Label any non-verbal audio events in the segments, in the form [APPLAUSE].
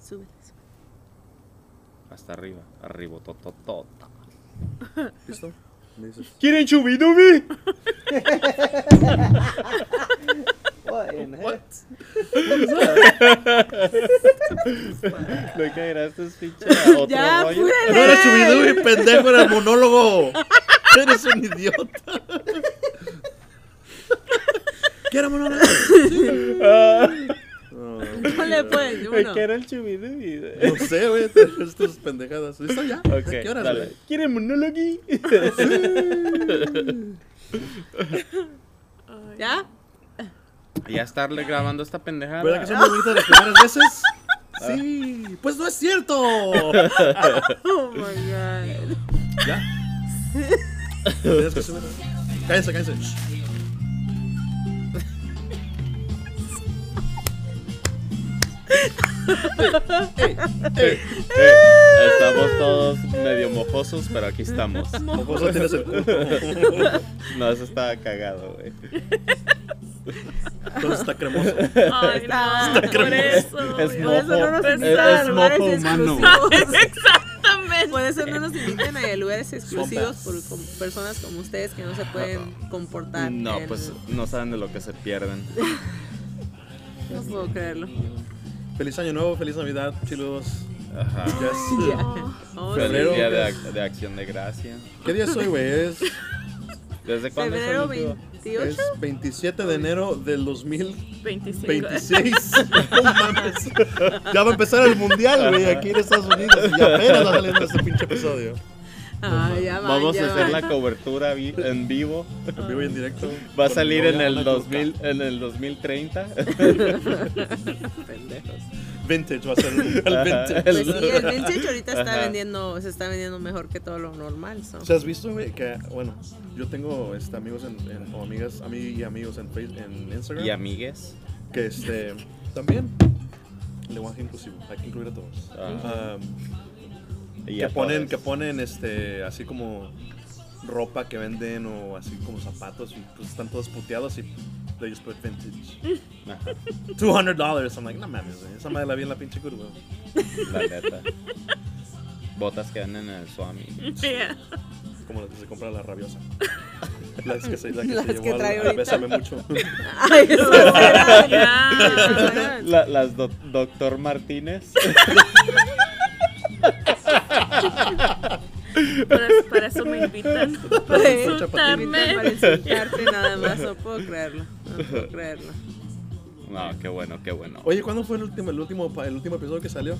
Súbele, Hasta arriba, arriba, tototota. ¿Listo? Me dices. ¿Quieren chubidubi? What in hell? No caerás tus pinches otro Ya, rollo. apúrale. No era Chubidubi, pendejo, era el monólogo. Eres un idiota. ¿Qué era monólogo? Ah, No, No le puedes, pues, uno. ¿Qué era el [LAUGHS] chubidubi? no sé, güey, te- estas pendejadas. ¿Listo ya? ¿A Ok, ¿Qué horas, dale. güey? ¿Quieren [LAUGHS] monologui? ¿Ya? ya estarle grabando esta pendejada. ¿Verdad que son muy bonitas las primeras veces? Sí, pues no es cierto. Oh my god. ¿Ya? Tienes que subir. Cállense, cállense. Shh. Eh, eh, estamos todos medio mojosos, pero aquí estamos. Vos no tienes el culo. No, eso estaba cagado, güey. Entonces está cremoso. Ay, Está no, por cremoso. [LAUGHS] eso. Es güey. Por eso no nos Es- invitan a es lugares mojo humano. exclusivos. Exactamente. Por eso no nos invitan a lugares exclusivos Sombras. por con personas como ustedes que no se pueden comportar. No, en- pues no saben de lo que se pierden. No puedo creerlo. Feliz año nuevo, feliz Navidad, chiludos. Ah, Ajá. Ya es- Ya. Feliz Vamos a- Febrero, día de, ¿qué ac- de acción de gracia. ¿Qué día es hoy, güey? Es, ¿Desde cuándo es el Febrero último? 28. es 27 de enero del 2026. 25. [LAUGHS] No mames. Ya va a empezar el mundial, güey, aquí en Estados Unidos. Y apenas va saliendo este pinche episodio. Ah, ya va, Vamos ya a hacer va. la cobertura vi- en vivo. En vivo y en directo. Va a Con salir mi en novia, el, Ana 2000, en el [LAUGHS] 2030. Pendejos. Turca. Vintage va a [LAUGHS] ser el Ajá, vintage. Pues sí, el vintage ahorita está Ajá. vendiendo, se está vendiendo mejor que todo lo normal. so. O sea, has visto, güey, que, bueno, yo tengo este, amigos en, en- o amigas, a mí y amigos en, Facebook, en [LAUGHS] Instagram. Y amigues. que este también lenguaje inclusivo hay que incluir a todos Ah. Um, Y que a ponen que todos. ponen este así como ropa que venden o así como zapatos y pues están todos puteados y they just put [LAUGHS] vintage Ajá, $200 I'm like no mames güey, esa madre la vi en la pinche curva la neta. Botas que andan en el Swami. Yeah. como las que se compra [LAUGHS] la rabiosa las que se, la que Las se que llevó al- trae al ahorita. bésame mucho Ay, eso era. Ya. La- las do- Doctor Martínez. Para, para eso me invitan. Para Güey, insultarme. Para insultarte nada más, no puedo creerlo. No [LAUGHS] puedo creerlo. [LAUGHS] No, qué bueno, qué bueno. oye ¿cuándo fue el último el último pa- el último episodio que salió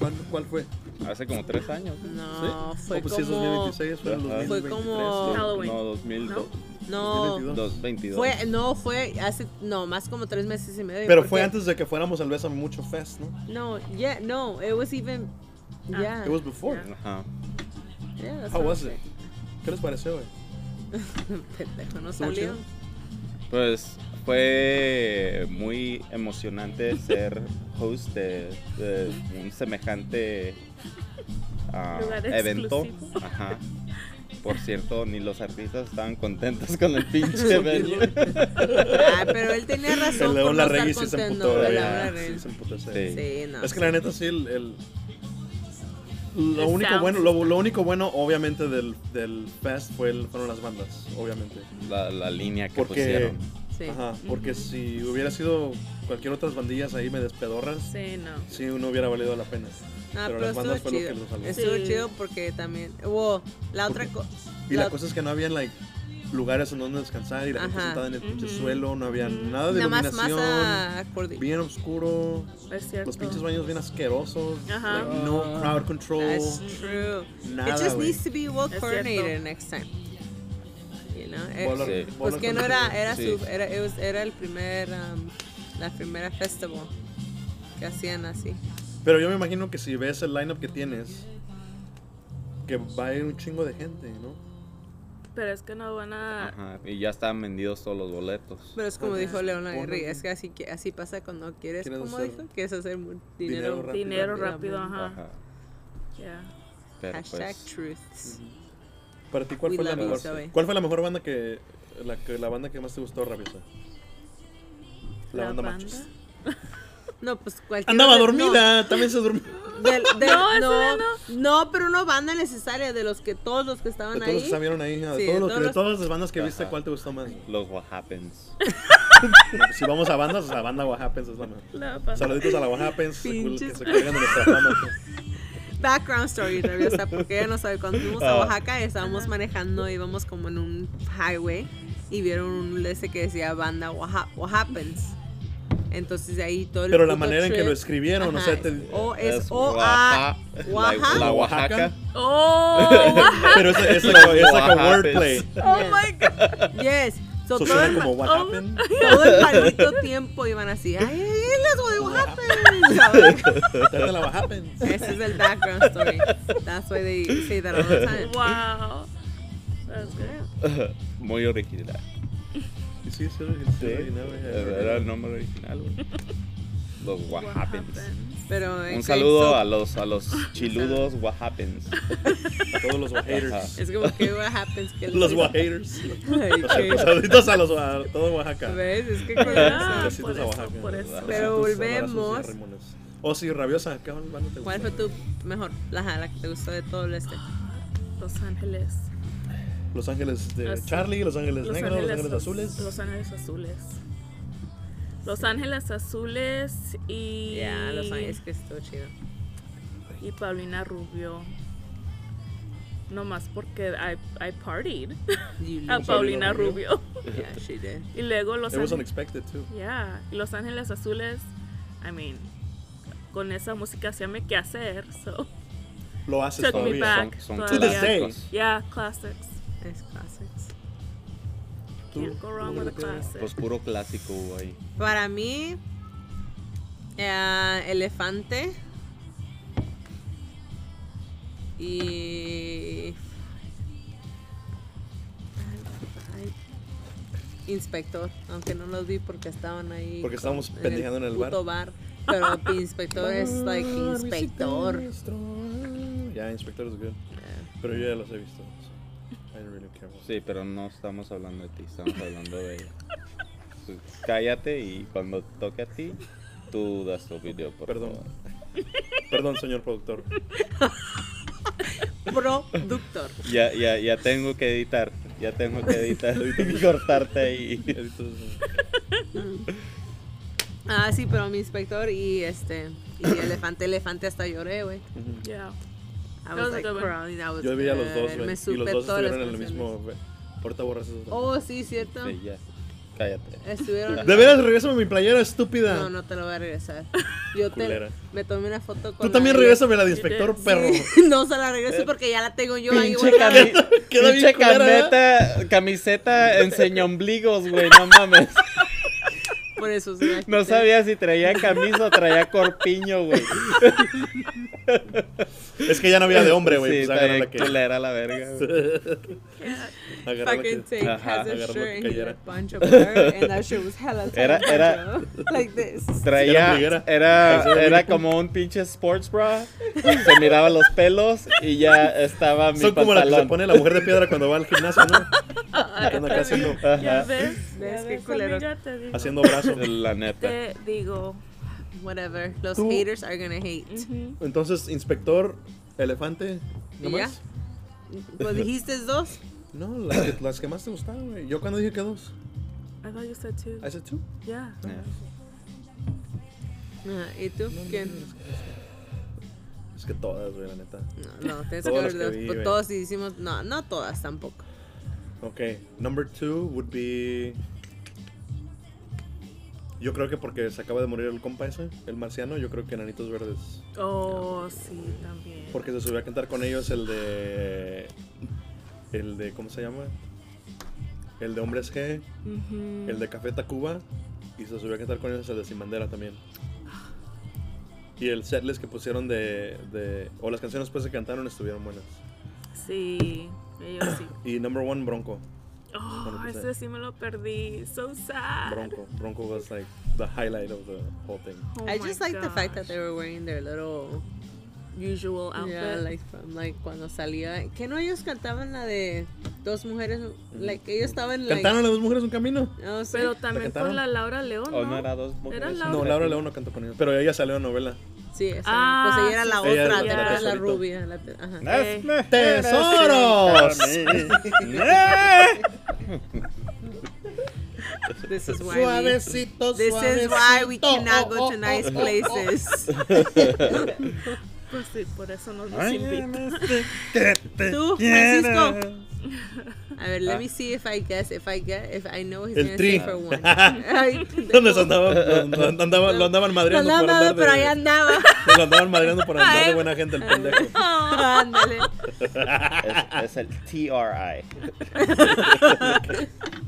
¿Cuál, cuál fue? Hace como tres años. No, ¿Sí? fue Oh, pues sí, es como. 2026, fue el Ajá. 2023. Fue como- Halloween. No, 2002. No, 2022. 2022. fue, no, fue hace, no, más como tres meses y medio. Pero porque- fue antes de que fuéramos al Bésame Mucho Fest, ¿no? No, yeah, no, it was even. Ah. Yeah. It was before. Ajá. yeah, that's How what was I'm it? ¿Qué les pareció, güey? saying. Pendejo, no ¿Estuvo salió. chido? Pues fue muy emocionante ser host de, de un semejante [LAUGHS] ah, Lugar evento. exclusivo. Ajá. Por cierto, ni los artistas estaban contentos con el pinche evento. Ah, pero él tenía razón. [LAUGHS] El por León no Larregui estar sí se contento, emputó, el güey. León Ah, Larregui. Sí, se emputó ese. Sí. Sí, no. Es que la neta sí, el... el- lo El único, sound bueno, lo, lo único bueno, obviamente, del, del fest fue el- fueron las bandas, obviamente. La, la línea que Porque- pusieron. sí. Ajá, porque si hubiera sido cualquier otras bandillas ahí me despedorras, sí, Sí, no. no hubiera valido la pena. Ah, pero pero las bandas estuvo fue lo que chido. lo salvó. Estuvo Sí. chido porque también hubo la otra Porque- cosa. Y la, cosa es que no habían, like, lugares en donde descansar y la gente Ajá. sentada en el pinche Ujú. suelo, no había Ujú. nada de Nada más más iluminación. a Cordy. bien oscuro, Es cierto. los pinches baños bien asquerosos, Ajá. like, no crowd control, That's true. nada. It just güey. needs to be well Es cierto. coordinated next time. You know, eh, Voy a hablar- Sí. voy a pues hablar que con no el- era era Sí. su era it was- era el primer um, la primera festival que hacían así. Pero yo me imagino que si ves el lineup que tienes, que va a ir un chingo de gente, ¿no? Pero es que no van Ah. a. Ajá. Y ya estaban vendidos todos los boletos. Pero es como Ajá. dijo Leona Guerri, Ponlo. es que así que así pasa cuando quieres, Quieres como hacer dijo, quieres hacer mu- dinero dinero. rápido. Dinero rápido, rápido, ajá. Ajá. Ya. Pero Hashtag pues, truths. Para ti, ¿cuál We fue la love you, mejor? Zoe. ¿Cuál fue la mejor banda que la, que- la banda que más te gustó, Rabiosa? La, banda, machos. No, pues cualquier. Andaba no, dormida, también se durmió. del- del- No, eso no, ya no. no, pero una banda necesaria de los que todos los que estaban De [LAUGHS] todos los ahí. que vieron ahí, de, Sí, todos de los- todos de los- todas las bandas que viste, Ajá. ¿cuál te gustó más? pues Los What Happens. si vamos a bandas, la banda Oaxapens es la mejor. La pasa. Saluditos a la Oaxapens que se cul- que Pinches. se cuelgan de [LAUGHS] nuestra fama. Background story, Rebe, o [LAUGHS] sea, porque ella no sabe, cuando fuimos a Ah. Oaxaca estábamos manejando, íbamos como en un highway y vieron un ese que decía banda What, Hap- What Happens. Entonces de ahí todo el Pero la puto manera en que trip- lo escribieron, o Ajá, sea, te- es- O es O Oaxaca. A La, la Oaxaca. Oaxaca. Oh, wow. pero es, es, Los like, es like a Oaxapens. wordplay. oh my god. Yes. So, So todo, suena el, como [LAUGHS] what oh. happened. todo el maldito tiempo iban así. Ay, ay, ay, las güey, what happens? ¿sabes? Tráete la [LAUGHS] Oaxapens. Ese [LAUGHS] es el background story. That's why they say that all the [LAUGHS] time. Wow. That's good. Muy original. Sí, sí, sí, Sí. eh. Era el nombre original, [LAUGHS] güey. Los What, What Happens. happens? Pero, okay, Un saludo so- a los, a los chiludos What Happens. A todos los Oaxaters. Es como que what happens que Los Oaxaters. [LAUGHS] Ay, qué- Saluditos a los Oa- a todo Oaxaca. ¿Ves? Es que [LAUGHS] con eso. Ah, Besitos por a eso, Oaxaca. por eso. Pero Abrazos, volvemos. abrazos y arrimones. Oh, sí, rabiosa. ¿Qué banda te ¿Cuál gustó? fue tu mejor, la, ajá, la que te gustó de todo el este? Los Ángeles. Los Ángeles de Azul. Charlie, Los Ángeles Negros, Los Ángeles az- Azules. Los Ángeles Azules. Los Ángeles Azules y. Ya, los años que estuvo chido. Y Paulina Rubio. Nomás porque I, I partied You a lose. Paulina Paulina Rubio. Rubio. Yeah, Ah, pues, she did. Y luego Los It was Ángeles. unexpected, too. Yeah. Y Los Ángeles Azules. I mean, con esa música hacía me qué hacer. So. Lo haces Took [LAUGHS] me todavía. back. To this clásicos. Yeah, classics. Es classics. Can't go wrong with a classic. Pues puro clásico, güey. Para mí, eh, elefante y ay, inspector, aunque no los vi porque estaban ahí. Porque estábamos con- pendejando en el bar. puto bar. [LAUGHS] Pero inspector es like inspector. Ya, inspector es good. Pero yo ya los he visto. so I don't really care. Sí, pero no estamos hablando de ti, estamos hablando de [LAUGHS] ella. Tú Cállate y cuando toque a ti, tú das tu video, por Perdón. favor. [LAUGHS] Perdón, señor productor. Productor. Ya, ya, ya tengo que editar, ya tengo que editar y cortarte ahí. Editos, eh, Ah, sí, pero mi inspector y este. Y elefante, elefante hasta lloré, güey. ujú. Yeah. I That was was a like good one. crying, that was Yo vi a los good. dos, güey. Me Y los supe dos todas las estuvieron en el canciones. mismo. güey. Ahorita borras eso. Oh, sí, cierto. Sí, ya. Cállate. Estuvieron. De veras, regrésame mi playera, estúpida. No, no te lo voy a regresar. Yo te Culera. me tomé una foto con Tú también la- regrésame la de inspector, Sí. [LAUGHS] perro. Eh, Sí, [LAUGHS] no se la regreso porque ya la tengo yo ahí. Pinche, güey. cami- Queda pinche bien culera, cameta- camiseta enseña ombligos, güey, no mames. Por eso se la No quité. sabía si traía camisa o traía corpiño, güey. Es que ya no había de hombre, güey. Sí, pues agarra la traía que. culera la verga, güey. agarra la Fucking que. Tank Ajá, has a agarró lo shirt que and he had a cayera. bunch of hair and that shit was hella tight, Era- era- bro. [LAUGHS] Like this. Traía, Sí, era era, ombliguera. era, como un pinche sports bra, se miraba los pelos y ya estaba mi Son como la que se pantalón. pone la mujer de piedra cuando va al gimnasio, [LAUGHS] ¿no? Que anda acá haciendo, [LAUGHS] Ya Ajá, ves, ¿Ves ya qué ves, culeros? amiga, te digo. haciendo brazo. la neta. Te digo. Whatever. Los Tú- haters are gonna hate. Ujú. Entonces, inspector, elefante, ¿no ¿Y más? Pues dijiste dos. No, las que, las que más te gustaron, güey. Yo cuando dije que dos. I thought you said two. I said two. Yeah. Yeah. Ajá, ¿Y tú? ¿Quién? Es que todas, güey, la neta. No, no, tienes que Todas ver dos. las que vi, pues güey. todos hicimos. No, no todas tampoco. Ok, number two would be... Yo creo que porque se acaba de morir el compa ese, el marciano, yo creo que Enanitos Verdes. Oh, sí, también. Porque se subió a cantar con ellos el de... El de, ¿cómo se llama? El de Hombres G, Ujú. el de Café Tacuba, y se subió a cantar con ellos el de Sin Bandera también. Y el setlist que pusieron de, de... O las canciones pues que cantaron estuvieron buenas. Sí, ellos sí. Y number one, Bronco. Oh, Bueno, pues, ese sí me lo perdí. So sad. Bronco. Bronco was like the highlight of the whole thing. Oh I my just like the fact that gosh. they were wearing their little usual outfit. yeah, like from like cuando salía. Que no ellos cantaban la de dos mujeres, like, ellos estaban, like, oh, ¿Cantaron las dos mujeres un camino? no sé. Pero también cantaron? con la Laura León, Oh, O no ¿no? era dos mujeres. Era la- un No, Laura latino. León no cantó con ellos, pero ella salió en novela. Sí, esa, Ah, pues ella era la sí, sí, otra, sí. la, Ella la, era tesorito. rubia. la te- ajá. Las Eh. mujeres ¡Tesoros! son- [LAUGHS] Eh. This is why we, Suavecito, this is why we suavecito. cannot Oh, go oh, to nice oh, oh, [LAUGHS] places. Pues sí, por eso no nos Ay, invita. además [LAUGHS] te- te- te Tú, quiero. Francisco. A ver, let Ah. me see if I guess, if I get, if I know he's El gonna tri. say for [LAUGHS] one. oh. ¿Dónde andaba? Lo lo andaba, lo andaban No madreando la por andar amaba, de... pero ahí andaba. [LAUGHS] Lo andaban madreando por andar de buena gente el pendejo. Oh, [LAUGHS] Ándale. Es, es el TRI.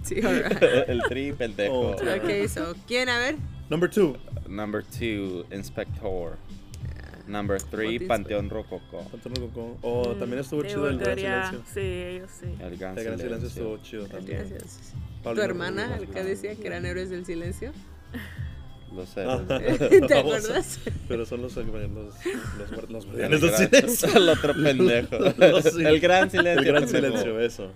Sí, alright. [LAUGHS] El tri pendejo. Oh, TRI. Okay, so, ¿quién? A ver. Number two. Number two, Inspector. Number three, What is- Panteón Rococo. Panteón Rococó. Oh, también estuvo De chido el Gran Bulgaria, Silencio. Mm, Sí, ellos sí. El gran, El Gran Silencio estuvo silencio. chido también. Ah. Gracias. Tu Paulina hermana, Rubio. el que decía [LAUGHS] que eran héroes del silencio. Lo sé. Ah. lo sé. ¿Te Vamos. acuerdas? Pero son los los los, guar- los [LAUGHS] El guardianes del gran- silencio. El otro pendejo. [LAUGHS] Lo sé. El gran silencio. El gran pendejo. [LAUGHS] silencio, eso.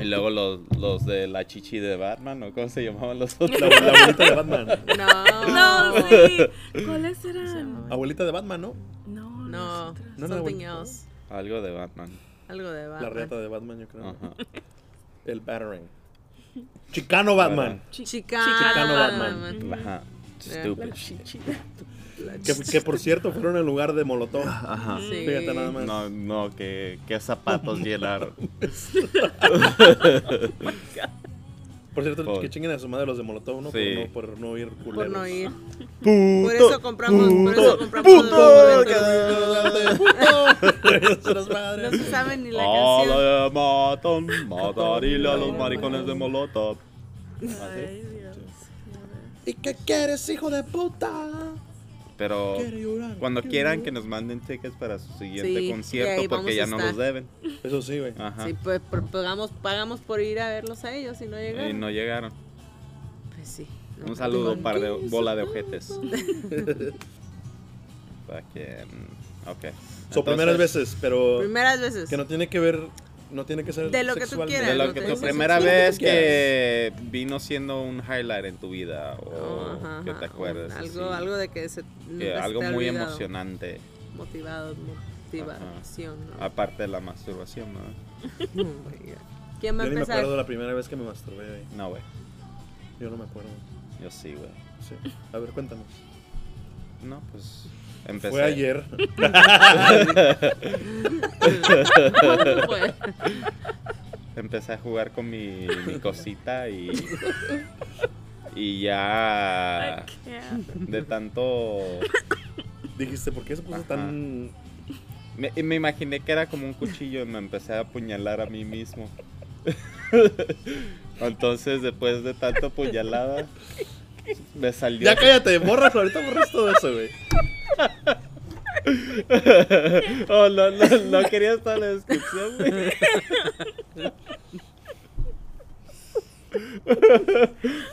Y luego los, los de la chichi de Batman, ¿o cómo se llamaban los [LAUGHS] La, otros? la abuelita de Batman. Oh. No. No, [LAUGHS] sí. ¿Cuáles eran? Abuelita de Batman, ¿no? No, No, nosotras. No, no, something bueno. else. Algo de Batman. Algo de Batman. La reta de Batman, yo creo. Ajá. El Battering. Chicano Batman. Chi- Chicano, Chicano Batman. Batman. Ajá. La Stupid. [LAUGHS] chichi. Que, que por cierto fueron al lugar de Molotov. Ajá. Sí. Fíjate nada más. No, no, que, que [LAUGHS] zapatos llenaron. Por cierto, Por- que chinguen a su madre los de Molotov, ¿no? Sí. Por, no, por no ir culeros. Por no [LAUGHS] ir. ¡Puto! Por eso compramos. por eso compramos. los puto, boletos. [LAUGHS] No se sabe ni la Oh, canción. Hola, matan, matarile a los maricones de Molotov. Ah, Ay, Dios. ¿Y qué quieres, hijo de puta? Pero Quiero llorar, Oh. cuando quiero quieran llorar. que nos manden tickets para su siguiente Sí, y ahí concierto porque vamos ya a no estar. los deben. Eso sí, güey. Ajá. Sí, pues por- pagamos, pagamos por ir a verlos a ellos y no Y llegaron. no llegaron. Pues sí. no. Un saludo Con- para de bola de ojetes. para que. mm, Ok. Son Entonces, primeras veces, [LAUGHS] pero Primeras veces. que no tiene que ver, no tiene que ser De lo que tú sexual. quieras, De lo que tu primera Lo que tú vez quieras. que vino siendo un highlight en tu vida o Oh, ajá, que ajá, te acuerdes. un- Algo, así, algo de que se. que nunca se algo te ha muy olvidado. emocionante. Motivado, motivación. [LAUGHS] ¿no? Aparte de la masturbación, ¿no? Oh my God. ¿Quién va Yo a ni me empezar? [LAUGHS] acuerdo la primera vez que me masturbé, güey. No, güey. Yo no me acuerdo. Yo sí, güey. Sí. A ver, cuéntanos. No, pues. Empecé. Fue ayer. [LAUGHS] ¿Cuándo fue? Empecé a jugar con mi, [LAUGHS] mi cosita y. Y ya. Ah. I can't. De tanto. Dijiste, ¿por qué se puso Ajá. tan...? Me, me imaginé que era como un cuchillo y me empecé a apuñalar a mí mismo. [LAUGHS] Entonces, después de tanto apuñalada, me salió. Ya cállate, borras, ahorita borras todo eso, güey. Oh, no, no, no quería estar en la descripción, güey. [LAUGHS]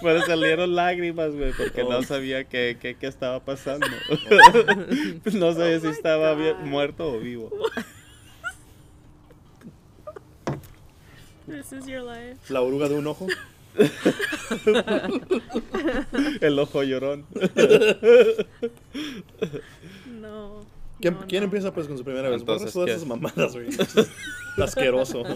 Me le salieron lágrimas, güey, porque Oh. no sabía qué, qué, qué estaba [LAUGHS] pasando. No sabía Oh si estaba vi- muerto o vivo. This is your life. La oruga de [LAUGHS] un ojo. El ojo llorón. No. ¿Quién, no, quién no. empieza pues con su primera vez? Entonces, Borras todas ¿qué? esas mamadas, güey. [LAUGHS] Asqueroso. No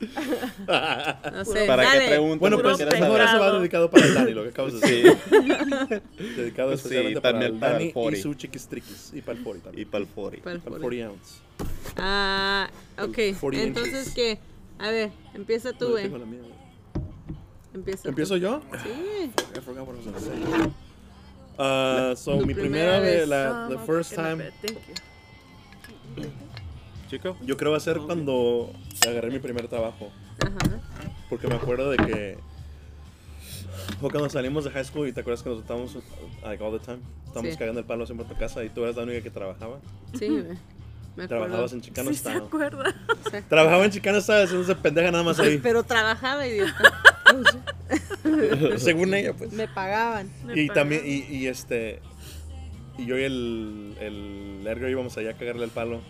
Eh, sé. ¿Para qué dale. preguntas? bueno, ¿Qué pues quieres mejor saber? eso va dedicado para el Dani, lo que acabas de Sí, decir. Dedicado Sí, especialmente para también el para el Dani y Fori. su chiquistriquis. Y para el Fori y también. pa'l fori. Para el Para foro. el Fori ounce. Ah, ok. 40 Entonces, inches. ¿qué? A ver, empieza tú, No, güey. tengo la mía, güey. Empieza tú. ¿Empiezo yo? Sí. I forgot what I was gonna say. Ah, so, Tu mi primera primera vez, vez. la Ah, the no, first porque no, time, but Thank you. Chico. yo creo va a ser cuando agarré mi primer trabajo. Ajá. Porque me acuerdo de que. Fue cuando salimos de high school y te acuerdas que nos estábamos. Like all the time. Estábamos Sí. cagando el palo siempre a tu casa y tú eras la única que trabajaba. Sí, güey. Me acuerdo. Trabajabas en Chicano Sí, se Style. acuerda. Trabajaba en Chicano Style haciéndose pendeja nada [LAUGHS] más ahí. Pero trabajaba, idiota. según ella, pues. Me pagaban. Me Y pagaron. también, y, y este. Y yo y el, el Ergo íbamos allá a cagarle el palo.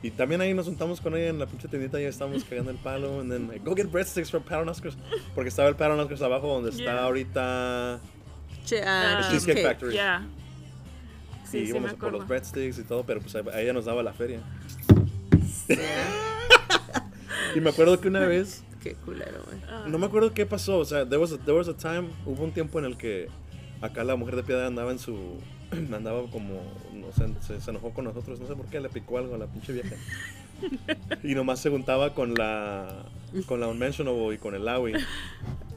Y también ahí nos juntamos con ella en la pinche tiendita y [LAUGHS] estábamos cagando el palo. And then, like, go get breadsticks from Pattern Oscars. Porque estaba el Pattern Oscars abajo donde Yeah. está ahorita. Che- ah, Ah, Cheesecake cheesecake. Factory. Yeah. y Sí, sí, me íbamos a por acuerdo. los breadsticks y todo, pero pues a a ella nos daba la feria. [LAUGHS] Y me acuerdo [LAUGHS] que una vez, Qué culero, güey. Ah, no me acuerdo qué pasó, o sea, there was a, there was a time, hubo un tiempo en el que acá la mujer de piedra andaba en su, [CLEARS THROAT] andaba como, no sé, se, se enojó con nosotros, no sé por qué, le picó algo a la pinche vieja. Y nomás se juntaba con la, con la Unmentionable y con el Awi.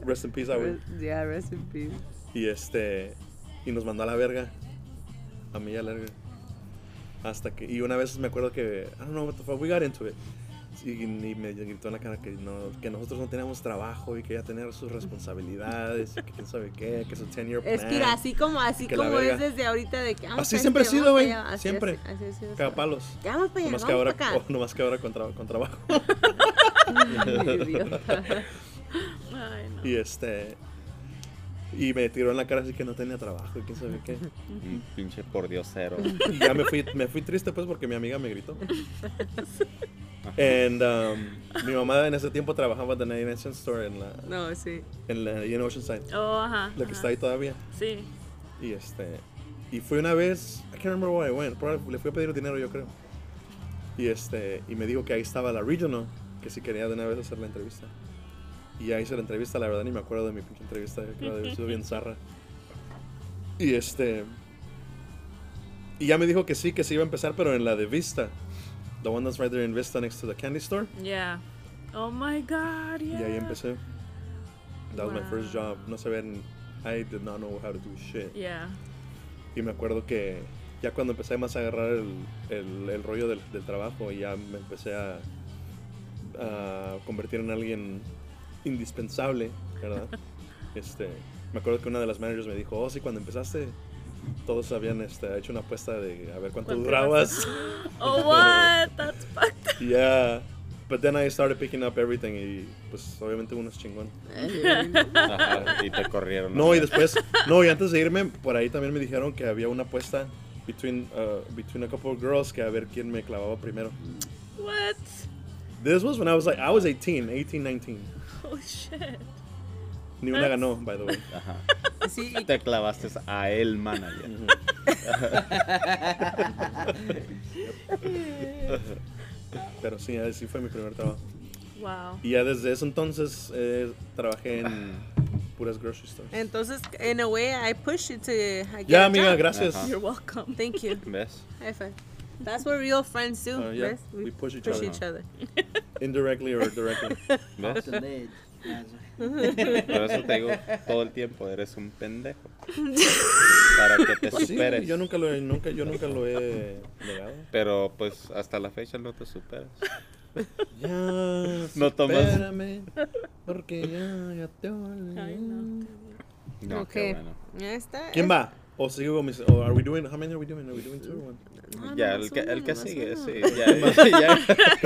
Rest in peace, Awi. Re- Yeah, rest in peace. Y este. Y nos mandó a la verga. A mí y a la verga. Hasta que. Y una vez me acuerdo que. I don't know what the fuck, we got into it. Y, y me gritó en la cara que, no, que nosotros no teníamos trabajo y que ella tenía sus responsabilidades y que quién sabe qué, que su 10-year plan. Es que mira, así como, así Que la como es verga. desde ahorita de que vamos Así pa' siempre este, ha sido, vamos pa' güey. allá, así Siempre. ha- así ha sido Cada siempre. palos. Ya vamos para allá, Nomás vamos que ahora, para oh, nomás que ahora con, tra- con trabajo. acá. [LAUGHS] [LAUGHS] Idiota. ay, no. y este. Y me tiró en la cara así que no tenía trabajo y quién sabe qué. Un pinche por Dios cero. Y [LAUGHS] ya me fui, me fui triste pues porque mi amiga me gritó. And um, mi mamá en ese tiempo trabajaba en la Nation Store en la, No, sí. en la ahí en Oceanside, Oh, ajá. la que ajá. está ahí todavía. Sí. Y este y fui una vez, I can't remember where I went, probably- le fui a pedir dinero yo creo. Y este y me dijo que ahí estaba la regional, que si quería de una vez hacer la entrevista. Y ya hice la entrevista, la verdad ni me acuerdo de mi pinche entrevista, que la había sido [LAUGHS] bien zarra. Y este y ya me dijo que sí, que sí iba a empezar, pero en la de Vista. The one that's right there in Vista next to the candy store. Yeah. Oh my god, yeah. Y ahí empecé. That was my first Wow. job. No sabía, ni- I did not know how to do shit. [LAUGHS] Yeah. Y me acuerdo que ya cuando empecé más a agarrar el, el- el rollo del, del trabajo, ya me empecé a, a convertir en alguien indispensable, ¿verdad? este, me acuerdo que una de las managers me dijo, oh, sí, cuando empezaste, todos habían este, hecho una apuesta de a ver cuánto ¿Cuánto durabas. [LAUGHS] Oh, what? That's fucked. Y ya, but then I started picking up everything y pues obviamente uno es chingón. Ajá, y te corrieron. No, y después, no, y antes de irme, por ahí también me dijeron que había una apuesta between, uh, between a couple of girls que a ver quién me clavaba primero. What? This was when I was like, I was 18, 18, 19. Oh, shit. Ni una ganó, by the way. Ajá. Sí, Te clavaste a el [LAUGHS] manager. Pero sí, así fue mi primer trabajo. Wow. Y ya desde ese entonces eh, trabajé en puras grocery stores. Entonces, in a way, I pushed you to I get Ya, a amiga, job. gracias. Ajá. You're welcome. Thank you. ¿Ves? High five. That's what real friends do. Uh, yeah, Chris. we push each other. other. Indirectly or [LAUGHS] directly. ¿Ves? [LAUGHS] Awesome age. That's- Por eso te digo, todo el tiempo eres un [LAUGHS] pendejo. Para que te Pues sí, superes. yo nunca lo he, nunca, yo nunca lo he negado. Pero pues hasta la fecha no te superas. Ya, No tomas. supérame, porque ya, ya te olvidé. Ay, no. No, Okay. qué bueno. Ya está. ¿Quién va? O sigo con mis. O are we doing? How many are we doing? Are we doing two or one? No, ya, nomás el que, uno, el que nomás sigue, uno. sí. Ya, [LAUGHS] ya.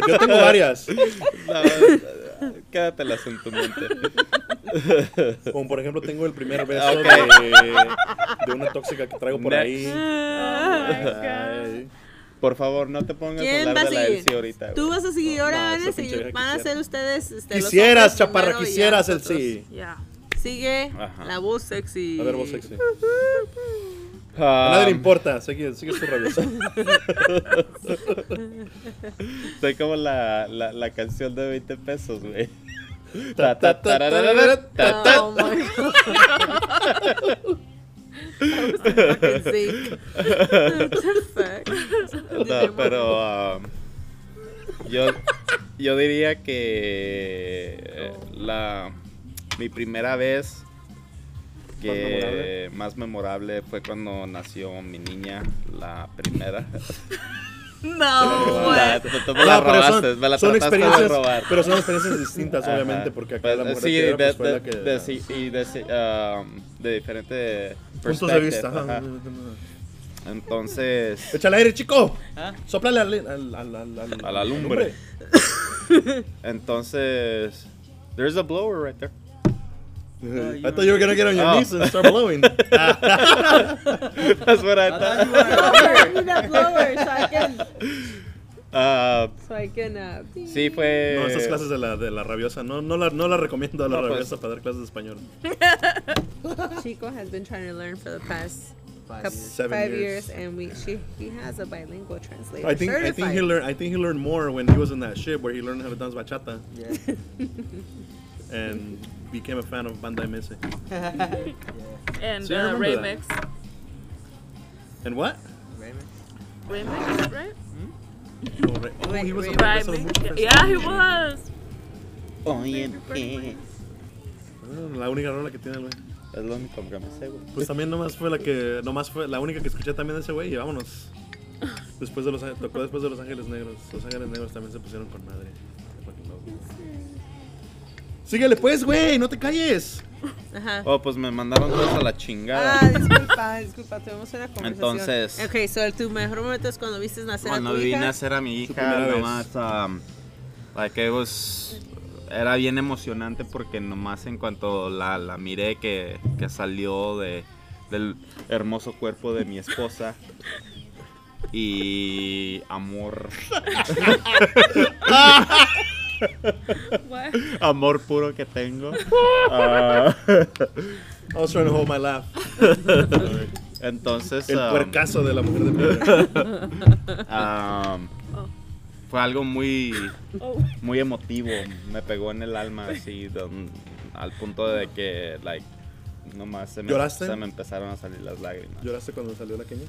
Yo tengo varias. No, quédatelas en tu mente. [LAUGHS] [LAUGHS] Como por ejemplo, tengo el primer beso Ok. de, de una tóxica que traigo por Next. ahí. Ah, Oh, my Ay. Por favor, no te pongas a ¿Quién va hablar a de la seguir? Elsie ahorita. Tú güey. vas a seguir Ah, No, ahora, no, van, a esa pinche seguir- vieja van a quisiera. ser ustedes. este, los Quisieras, hombres chaparra, primero y ya quisieras el nosotros. sí. God. Yeah. Sigue Ajá. la voz sexy. A ver, vos [LAUGHS] sexy. A Ah, nadie le importa, sigue, sigue su rabia. [LAUGHS] Soy como la, la, la canción de 20 pesos, [LAUGHS] güey. Ta, ta, ta, ta, ta, ta, ta. Oh my god. Fucking sick. What the fuck? [LAUGHS] No, pero ah, yo, yo diría que eh, la mi primera vez que más memorable? fue cuando nació mi niña, la primera. [LAUGHS] Oh, No, [LAUGHS] La- güey. tú, tú me la No, pero son- robaste, me la son trataste de experiencias, robar. Pero son experiencias distintas, Ajá. obviamente, porque acá Pues, la mujer sí, tierra, de, pues, fue la de- que- de- sí, y de, sí, um, de diferente Puntos de perspective, vista. ajá. ajá. Entonces, Échale aire, chico. ¿Ah? Sóplale al, al, al, al- al- a la lumbre. Entonces, there's a blower right there. I thought you were gonna get on your Oh. knees and start [LAUGHS] [LAUGHS] blowing. Ah, That's what I I thought. thought you were- I need a blower so I can Ah, So I can, uh, sí, fue. eh, No, esas clases de la, de la rabiosa. No, no, la, no la recomiendo a la No, pues. rabiosa para dar clases de español. Chico has been trying to learn for the past Five couple, years. Seven five years. years. and we she he has a bilingual translator. I think I think he certified. learned I think he learned more when he was in that ship where he learned how to dance bachata Yeah. and became a fan of Bandai Mese. [LAUGHS] yeah. And Sí, I uh, remember Remix. And what? Raymond? Remix, right? Oh, re- oh, he was a professor of muchos Remix. festivales. Yeah, he was. Oh, Oye, eh, Ah, La única rola que tiene el güey. Es lo único que me sé, güey. Pues también nomás fue la que nomás fue la única que escuché también de ese güey y vámonos. Después de los Á- tocó después de Los Ángeles Negros. Los Ángeles Negros también se pusieron con madre. Fucking locos. Síguele pues, güey, no te calles. Ajá. Oh, pues me mandaron todos a la chingada. Ah, disculpa, disculpa, tuvimos una conversación. Entonces- Ok, so tu mejor momento es cuando viste nacer a Cuando tu vine hija. a hacer a mi Su hija, primera nomás, um, like it was- era bien emocionante porque nomás en cuanto la, la miré que, que salió de, del hermoso cuerpo de mi esposa y amor, What? [LAUGHS] [LAUGHS] amor puro que [LAUGHS] tengo. Ah, I was trying to hold my laugh. entonces, El um, puercazo de la mujer de piedra. um, Oh. fue algo muy Oh. muy emotivo, me pegó en el alma así, don- al punto de que, like, nomás se me, ¿Lloraste? se me empezaron a salir las lágrimas. ¿Lloraste cuando salió la queña?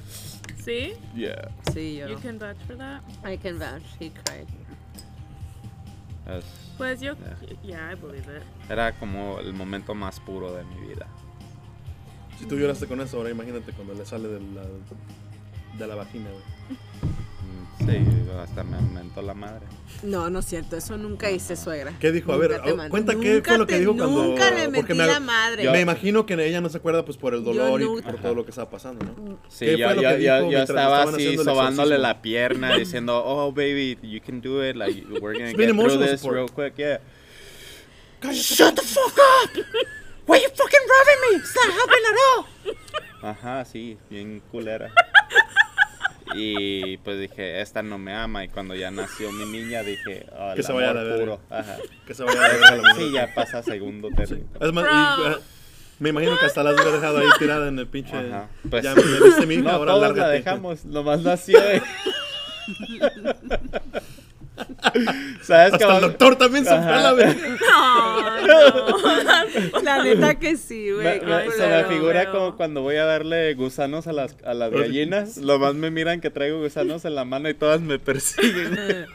See? Yeah. Sí, yo. You can vouch for that. I can vouch, he cried. Es- Was you? Yeah. Yeah, I believe [LAUGHS] it. era como el momento más puro de mi vida. Si tú lloraste con eso, ahora imagínate cuando le sale de la, de la vagina, güey. Mm, Sí, hasta me mentó la madre. No, no es cierto, eso nunca hice suegra. ¿Qué dijo? A Nunca ver, te ah, mandé- cuenta qué nunca fue lo que te- dijo cuando... Nunca le porque metí me- la madre. Me imagino que ella no se acuerda pues por el Yo dolor y nunca- por todo lo que estaba pasando, ¿no? ¿Qué Sí, fue yo, lo yo- que yo- dijo yo mientras estaba estaban así haciendo el sobándole exorcismo? la pierna [LAUGHS] diciendo, oh baby, you can do it, like we're gonna get It's been through emotional this support. real quick, yeah. Shut the fuck up! Why you fucking robbing me? It's not helping at all! Ajá, sí, bien culera. Y pues dije, esta no me ama. Y cuando ya nació mi niña, dije, ah, Que el se vaya a amor la verga. puro. Ajá. Que se vaya a la verga la mujer. Sí, ya pasa a segundo término. Es más, y, Bro. ah, me imagino que hasta la has dejado ahí tirada en el pinche... Ajá, pues- ya me diste mi [LAUGHS] hija, No, ahora todos lárgate. la dejamos, nomás nació. [LAUGHS] eh. ¿Sabes Hasta qué? el doctor también se fue a la Ajá. verga. Oh, no. [LAUGHS] [LAUGHS] La neta que sí, Me- güey. me- se me qué culero, figura güey. como cuando voy a darle gusanos a las, a las gallinas. Lo más me miran que traigo gusanos en la mano y todas me persiguen. [LAUGHS]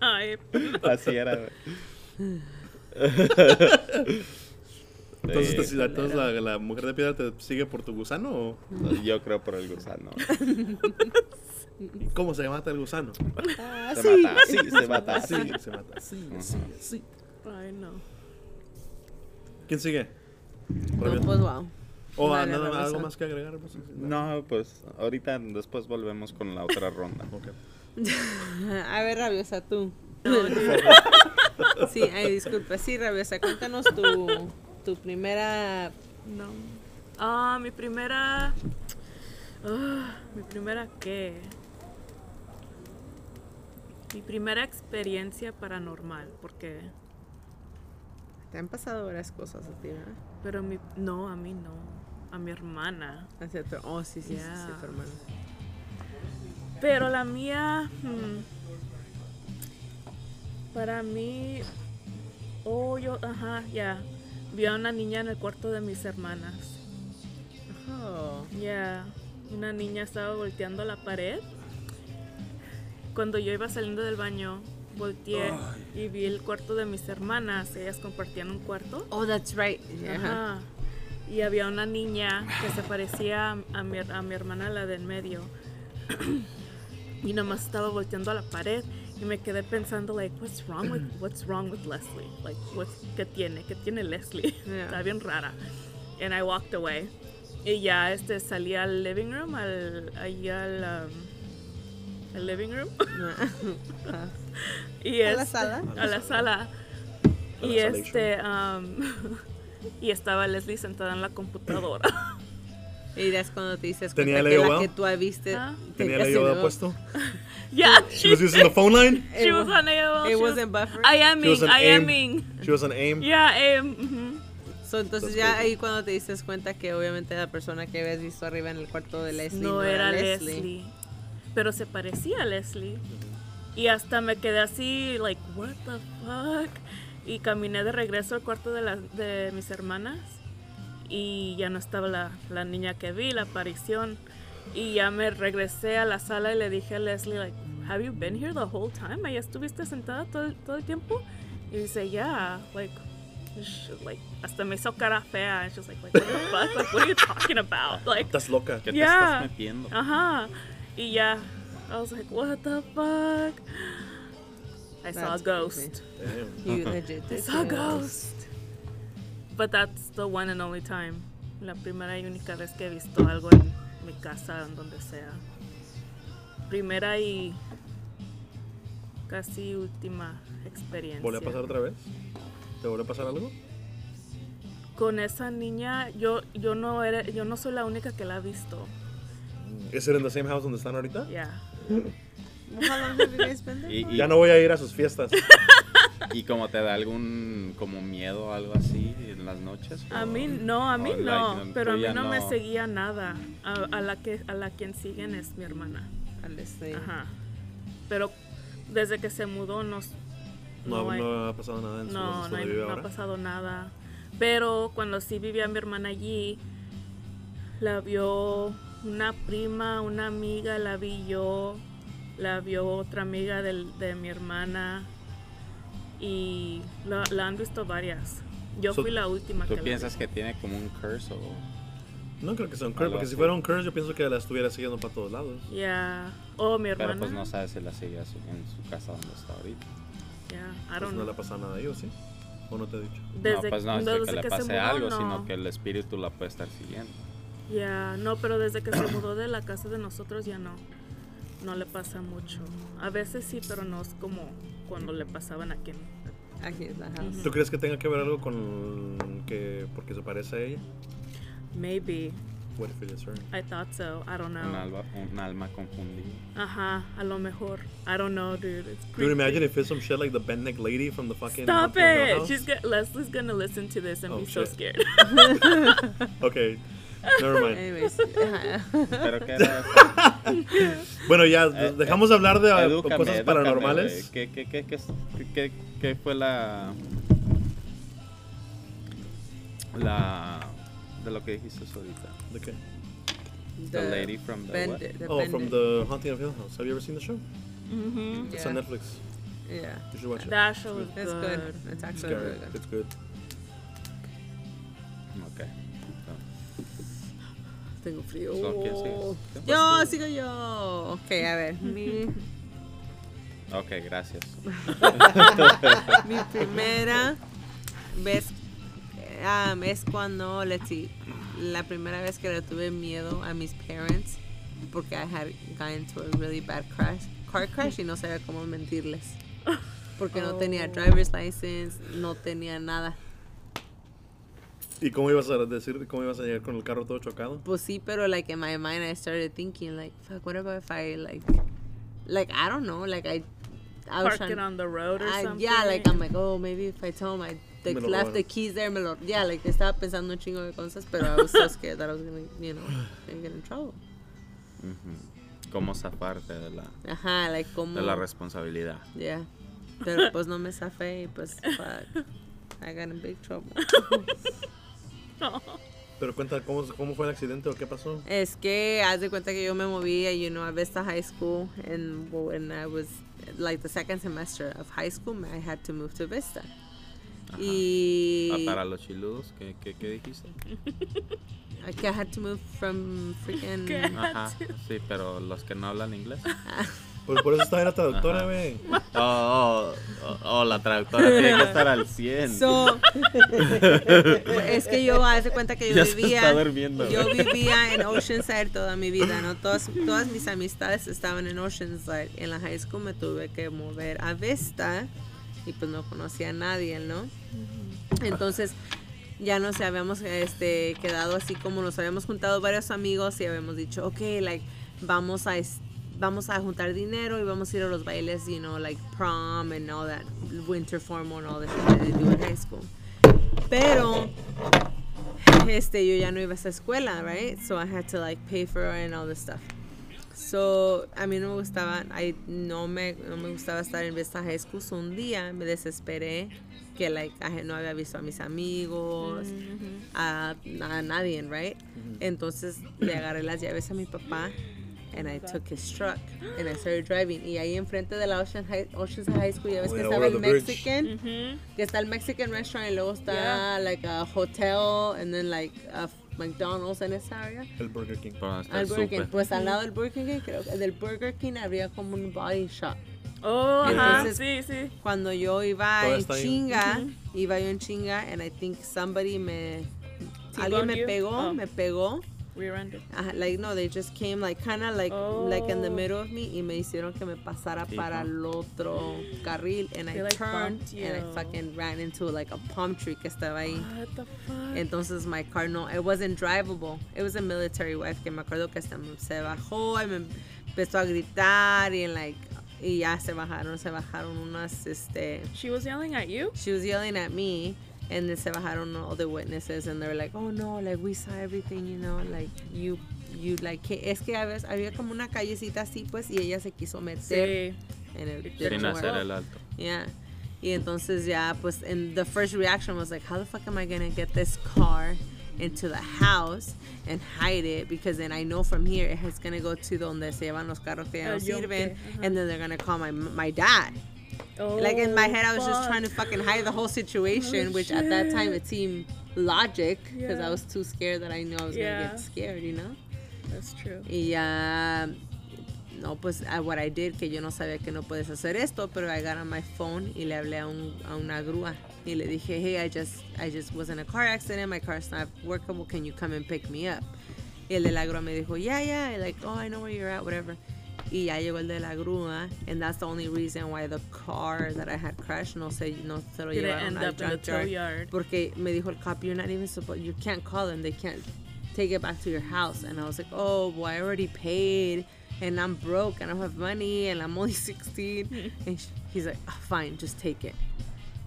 Ay, Así era, güey. Entonces, Sí, te- entonces la, la mujer de piedra te sigue por tu gusano o... Yo creo por el gusano. ¿Y ¿Cómo se mata el gusano? Ah, Se mata así, se mata así. Así se mata. Así, así, así. I know. [LAUGHS] ¿Quién sigue? No, pues wow. O ah, Dale, nada, Ramiro. algo más que agregar. pues, No, pues ahorita después volvemos con la otra ronda. Ok. A ver, Rabiosa, tú. Sí, ay, disculpa. Sí, Rabiosa, cuéntanos tu, tu primera... No. Ah, mi primera. Ah, mi primera qué. Mi primera experiencia paranormal, porque. Te han pasado varias cosas a ti, ¿verdad? Pero mi. No, a mí no. A mi hermana. Hacia tu- Oh, sí, sí, sí, sí, Yeah. tu hermano. Pero la mía. hmm, para mí. Oh, yo. Ajá, ya. Vi a una niña en el cuarto de mis hermanas. Oh. Ya, una niña estaba volteando la pared. Cuando yo iba saliendo del baño, volteé y vi el cuarto de mis hermanas. Ellas compartían un cuarto. Oh, that's right. Ajá. Ajá. Y había una niña que se parecía a, a mi, a mi hermana, la del medio. y nomás estaba volteando a la pared y me quedé pensando, like, what's wrong with, what's wrong with Leslie? Like, what's, ¿qué tiene? ¿Qué tiene Leslie? [LAUGHS] Yeah. Está bien rara. And I walked away. Y ya este, salí al living room, al, ahí al, um, al living room. [LAUGHS] Ajá. Y ¿A la este- sala? a la sala. A la Y sala este. um, [LAUGHS] y estaba Leslie sentada en la computadora. [LAUGHS] [LAUGHS] Y es cuando te dices ¿Tenía cuenta que Leo la Bao? que tú viste Ah. [LAUGHS] ¿Tenía tenía la ayuda sido- puesto? Yeah, She she, was using the phone line. she was on AOL. It she was- wasn't buffering. I am She was ing, on I am AIM. ing. She was on AIM. Yeah, AIM. mhm. So, entonces That's ya crazy. ahí cuando te diste cuenta que obviamente la persona que habías visto arriba en el cuarto de Leslie No era Leslie. Pero se parecía a Leslie. Y hasta me quedé así, like, what the fuck. Y caminé de regreso al cuarto de, las- de mis hermanas. Y ya no estaba la, la niña que vi, la aparición. Y ya me regresé a la sala y le dije a Leslie, like, have you been here the whole time? ¿Ahí estuviste sentada todo, el- todo el tiempo? Y dice, yeah, like, sh- like, hasta me hizo cara fea. And she's like, like, what the fuck? Like, what are you talking about? Like, Estás loca. ¿Qué Yeah. te estás metiendo? Ajá. Y ya. I was like, what the fuck? I saw a That's ghost. Damn. You legit I did saw a too. ghost. But that's the one and only time. La primera y única vez que he visto algo en mi casa, en donde sea. Primera y casi última experiencia. ¿Volvió a pasar otra vez? ¿Te volvió a pasar algo? Con esa niña, yo, yo, no era, yo no soy la única que la ha visto. ¿Es it in the same house donde están ahorita? Yeah. How long have you guys been there? Y, y- Ya no voy a ir a sus fiestas. y como te da algún como miedo o algo así en las noches. pues, A o- mí no, a mí o no, like, pero a tú mí ya no me seguía nada. A, a la que a la quien siguen es mi hermana. A Leslie. Ajá. Pero desde que se mudó no s- No, hay- no ha pasado nada en su no, donde no, hay- vive no ha ahora. pasado nada. Pero cuando sí vivía mi hermana allí, la vio una prima, una amiga, la vi yo, la vio otra amiga del- de mi hermana y la, la han visto varias. Yo So, fui la última que ¿Tú la piensas vi. que tiene como un curse o...? No creo que sea un curse, Algo porque si así. fuera un curse yo pienso que la estuviera siguiendo para todos lados. Yeah. Oh, mi hermana. Pero pues no sabes si la sigue a su- en su casa donde está ahorita. Yeah, I Pues don't no le know. ha pasado nada a ellos, ¿sí? ¿O no te he dicho? Desde, no, pues no es desde que le se pase mudó, algo, no. sino que el espíritu la puede estar siguiendo. Yeah, no, pero desde que se mudó de la casa de nosotros ya no. No le pasa mucho. A veces sí, pero no es como cuando le pasaban a quien. Aquí es la house. ¿Tú crees que tenga que ver algo con que porque se parece a ella? Maybe. What if it is her? I thought so. I don't Un, know. alma, un alma [LAUGHS] confundida. Ajá, a lo mejor. I don't know, dude. It's Dude, creepy. imagine if it's some shit like the bent neck lady from the fucking. Stop Haunting of Hill it! House. She's go- Leslie's gonna listen to this and Oh, be so shit. scared. [LAUGHS] Okay, never mind. Anyways, [LAUGHS] ajá. Pero qué era eso? Bueno, ya Eh, dejamos de hablar de ah, Edúcame, cosas edúcame, paranormales. güey. ¿Qué, qué, qué, qué, qué- qué fue la. La. De lo que dijiste ahorita. ¿De qué? The, lady from the. what? Bend- the Oh, from Bended. the Haunting of Hill House. Have you ever seen the show? mm-hmm. It's on Yeah. Netflix. Yeah. You should watch it. That show was It's good. good. It's It's actually really good. good. It's good. Ok. Tengo frío. So, ¿quién sigue? ¿Tú? Yo, sigo yo. Ok, a ver. Mi, Ok, gracias. mi primera vez um, es cuando, let's see, la primera vez que le tuve miedo a mis parents porque I had gotten into a really bad crash, car crash y no sabía cómo mentirles. Porque no tenía Oh. driver's license, no tenía nada. ¿Y cómo ibas a decir, cómo ibas a llegar con el carro todo chocado? Pues sí, pero like in my mind I started thinking like, fuck, what about if I like, like I don't know, like I, I was Park trying. it on the road or I, something. Ah, yeah, like I'm like, oh, maybe if I tell him I they Me lo left the robaron. keys there, me lo, yeah, like estaba pensando un chingo de cosas, pero I was [LAUGHS] so scared that I was gonna, you know, gonna get in trouble. Ujú. ¿Cómo zafarte de la, Ajá, like como, de la responsabilidad? yeah, pero pues no me zafé y pues fuck, I got in big [LAUGHS] trouble. Pero cuenta, ¿cómo, cómo fue el accidente o qué pasó? Es que haz de cuenta que yo me moví, you know, a Vista High School, and when I was like the second semester of high school, I had to move to Vista. Ajá. Y Ah, para los chiludos, ¿qué, qué, qué dijiste? que I had to move from [LAUGHS] freaking. Ajá, sí, pero los que no hablan inglés. Pues por eso estaba en la traductora, Ajá. güey. Oh, oh, oh, oh, la traductora tiene que estar [LAUGHS] al 100. So, es que yo haz de cuenta que yo Ya se vivía. está [LAUGHS] durmiendo, Yo güey. vivía en Oceanside toda mi vida, ¿no? Todas, todas mis amistades estaban en Oceanside. En la high school me tuve que mover a Vista y pues no conocía a nadie, ¿no? Entonces ya nos habíamos este, quedado así como nos habíamos juntado varios amigos y habíamos dicho, ok, like, vamos a, es- vamos a juntar dinero y vamos a ir a los bailes, you know, like prom and all that, winter formal and all that shit that they do in high school. Pero, este, yo ya no iba a esa escuela, right? So I had to like pay for it and all this stuff. So, a mí no me gustaba, I, no, me, no me gustaba estar en Vista High School. So, un día me desesperé que like, I no había visto a mis amigos, a, a nadie, right? Entonces le agarré las llaves a mi papá and I took his truck and I started driving. Y ahí enfrente de la Ocean High, Oceans High School, ya ves Oh, que yeah, estaba over el the bridge. Mexican, que está el Mexican restaurant y luego está Yeah. like a hotel and then like a McDonald's en esa área. El Burger King. Pero Ah, está Al Burger King. súper. Pues Mm. al lado del Burger King, creo que del Burger King habría como un body shop. Oh, ajá, Entonces- sí, sí. Cuando yo iba Todavía en está ahí. chinga, iba yo en chinga, and I think somebody me. Alguien T-boned me you? pegó, Oh. me pegó. Rear-ended. Ajá, like, no, they just came, like, kind of like, like in the Oh. middle of me, y me hicieron que me pasara Hijo. para el otro carril, and I They, like, turned, bumped and I you. fucking ran into, like, a palm tree que estaba ahí. What the fuck? Entonces my car no, it wasn't drivable. It was a military wife que me acuerdo que hasta me- se bajó y me empezó a gritar y like y ya se bajaron, se bajaron unas este She was yelling at you? she was yelling at me and then se bajaron all the witnesses and they were like, "Oh no, like we saw everything, you know, like you you like que- es que a veces había como una callecita así pues y ella se quiso meter Sí. en el Sin hacer el alto. Yeah. Y entonces ya, pues, and the first reaction was like, how the fuck am I gonna get this car into the house and hide it? Because then I know from here it's gonna go to donde se llevan los carros que ya no El yunque, sirven, ajá. and then they're gonna call my my dad. Oh, like in my head, I was just fuck. trying to fucking hide the whole situation, Oh, which at that time shit. it seemed logic because I Yeah. was too scared that I knew I was gonna Yeah. get scared, you know. That's true. Y ya, no, pues, I- what I did, que yo no sabía que no puedes hacer esto, pero I got on my phone y le hablé a, un, a una grúa. Y le dije, hey, I just, I just was in a car accident, my car's not workable, can you come and pick me up? Y el de la grúa me dijo, yeah, yeah, and like, oh, I know where you're at, whatever. Y ya llegó el de la grúa, and that's the only reason why the car that I had crashed, no sé, no se lo Did it llevaron end al up in the tow junkyard. [LAUGHS] yard? Porque me dijo el cop, you're not even supposed, you can't call them, they can't take it back to your house. And I was like, oh, well, I already paid, and I'm broke, and I don't have money, and I'm only [LAUGHS] 16. and sh he's like, "Ah, fine, just take it.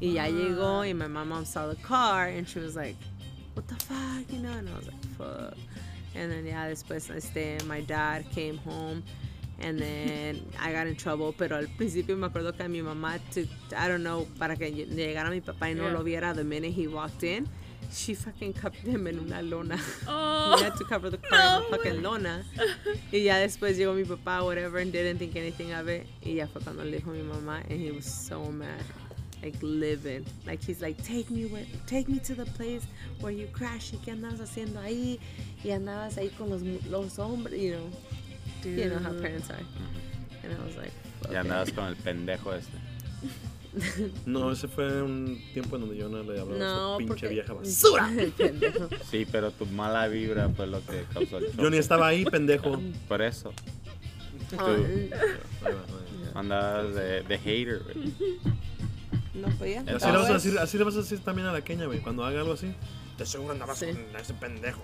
Y ya llegó, and my mom saw the car, and she was like, what the fuck, you know? And I was like, fuck. And then, yeah, después, este, my dad came home. And then I got in trouble, pero al principio me acuerdo que a mi mamá, to, I don't know, para que lle- llegara mi papá y no Yeah. lo viera the minute he walked in, she fucking cupped him en una lona. Oh. We had [LAUGHS] to cover the car in a fucking [LAUGHS] lona. Y ya después llegó mi papá, whatever, and didn't think anything of it. Y ya fue cuando le dijo mi mamá, and he was so mad. Like living, like he's like, take me, with, take me to the place where you crashed y que andabas haciendo ahí y andabas ahí con los, mu- los hombres, you know, you know how Dude. parents are. And I was like, Y okay. andabas con el pendejo este. No, ese fue un tiempo en donde yo no le hablaba a no, esta pinche porque vieja basura. basura. [LAUGHS] [LAUGHS] Pendejo. Sí, pero tu mala vibra fue lo que causó el Yo choque. ni estaba [LAUGHS] ahí, pendejo. Por eso. Oh, Andabas de, de hater, güey. no podía. Así Así le, vas a Entonces- decir, así le vas a decir también a la Kenia, güey, cuando haga algo así. Te seguro andabas Sí. con ese pendejo.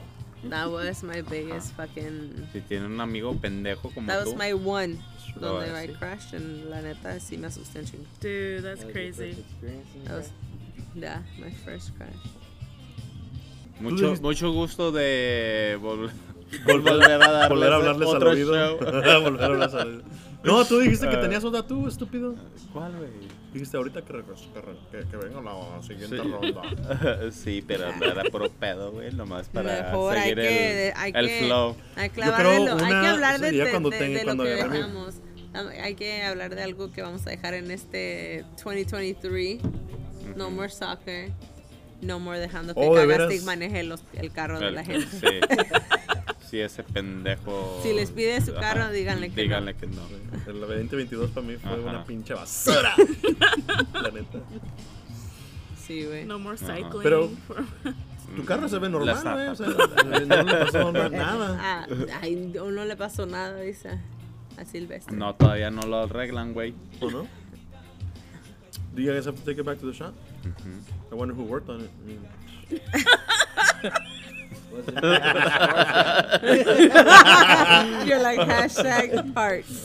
That was my biggest fucking. Si tiene un amigo pendejo como That was tú. my one. Lo Donde voy a I decir. crashed and la neta sí me asusté un chingo. Dude, that's That was your first crazy. experience in That that? was, yeah, my first crash. Tú Mucho, dijiste- mucho gusto de vol- [LAUGHS] Volver- volver a darles Volver a hablarles al otro oído. show. [LAUGHS] Volver a hablarles al oído. No, tú [LAUGHS] dijiste que Ah. tenías otra tú, estúpido. ¿Cuál, güey? Dijiste ahorita que, regres- que, re- que, que venga la siguiente Sí. [LAUGHS] ronda. sí, pero no era puro pedo, güey, nomás para Mejor hay seguir que, hay el, el que, flow. Hay que Yo creo hablar de lo, hay que una- hablar de, sí, ya de- cuando de- tenga- de lo cuando que agarre mi- dejamos. Ah, Hay que hablar de algo que vamos a dejar en este 2023. No more soccer. No more dejando que Oh, ¿de Cagastic veras? maneje los- el carro de la gente. [LAUGHS] Sí. Sí, ese pendejo. Si les pide su carro, Ajá, díganle que no. Díganle que no. El 2022 para mí fue Ajá. una [LAUGHS] pinche basura. la neta. Sí, güey. No more Ajá. cycling. [LAUGHS] Pero- for- Tu carro se ve normal, Las güey. O sea, zapas. no le [LAUGHS] pasó nada. Ah, ay, no no le pasó nada, dice a Silvestre. No, todavía no lo arreglan, güey. ¿O no? Do you guys have to take it back to the shop? I wonder who worked on it. I mean, Was it Megan [LAUGHS] Fox? You're like hashtag parts.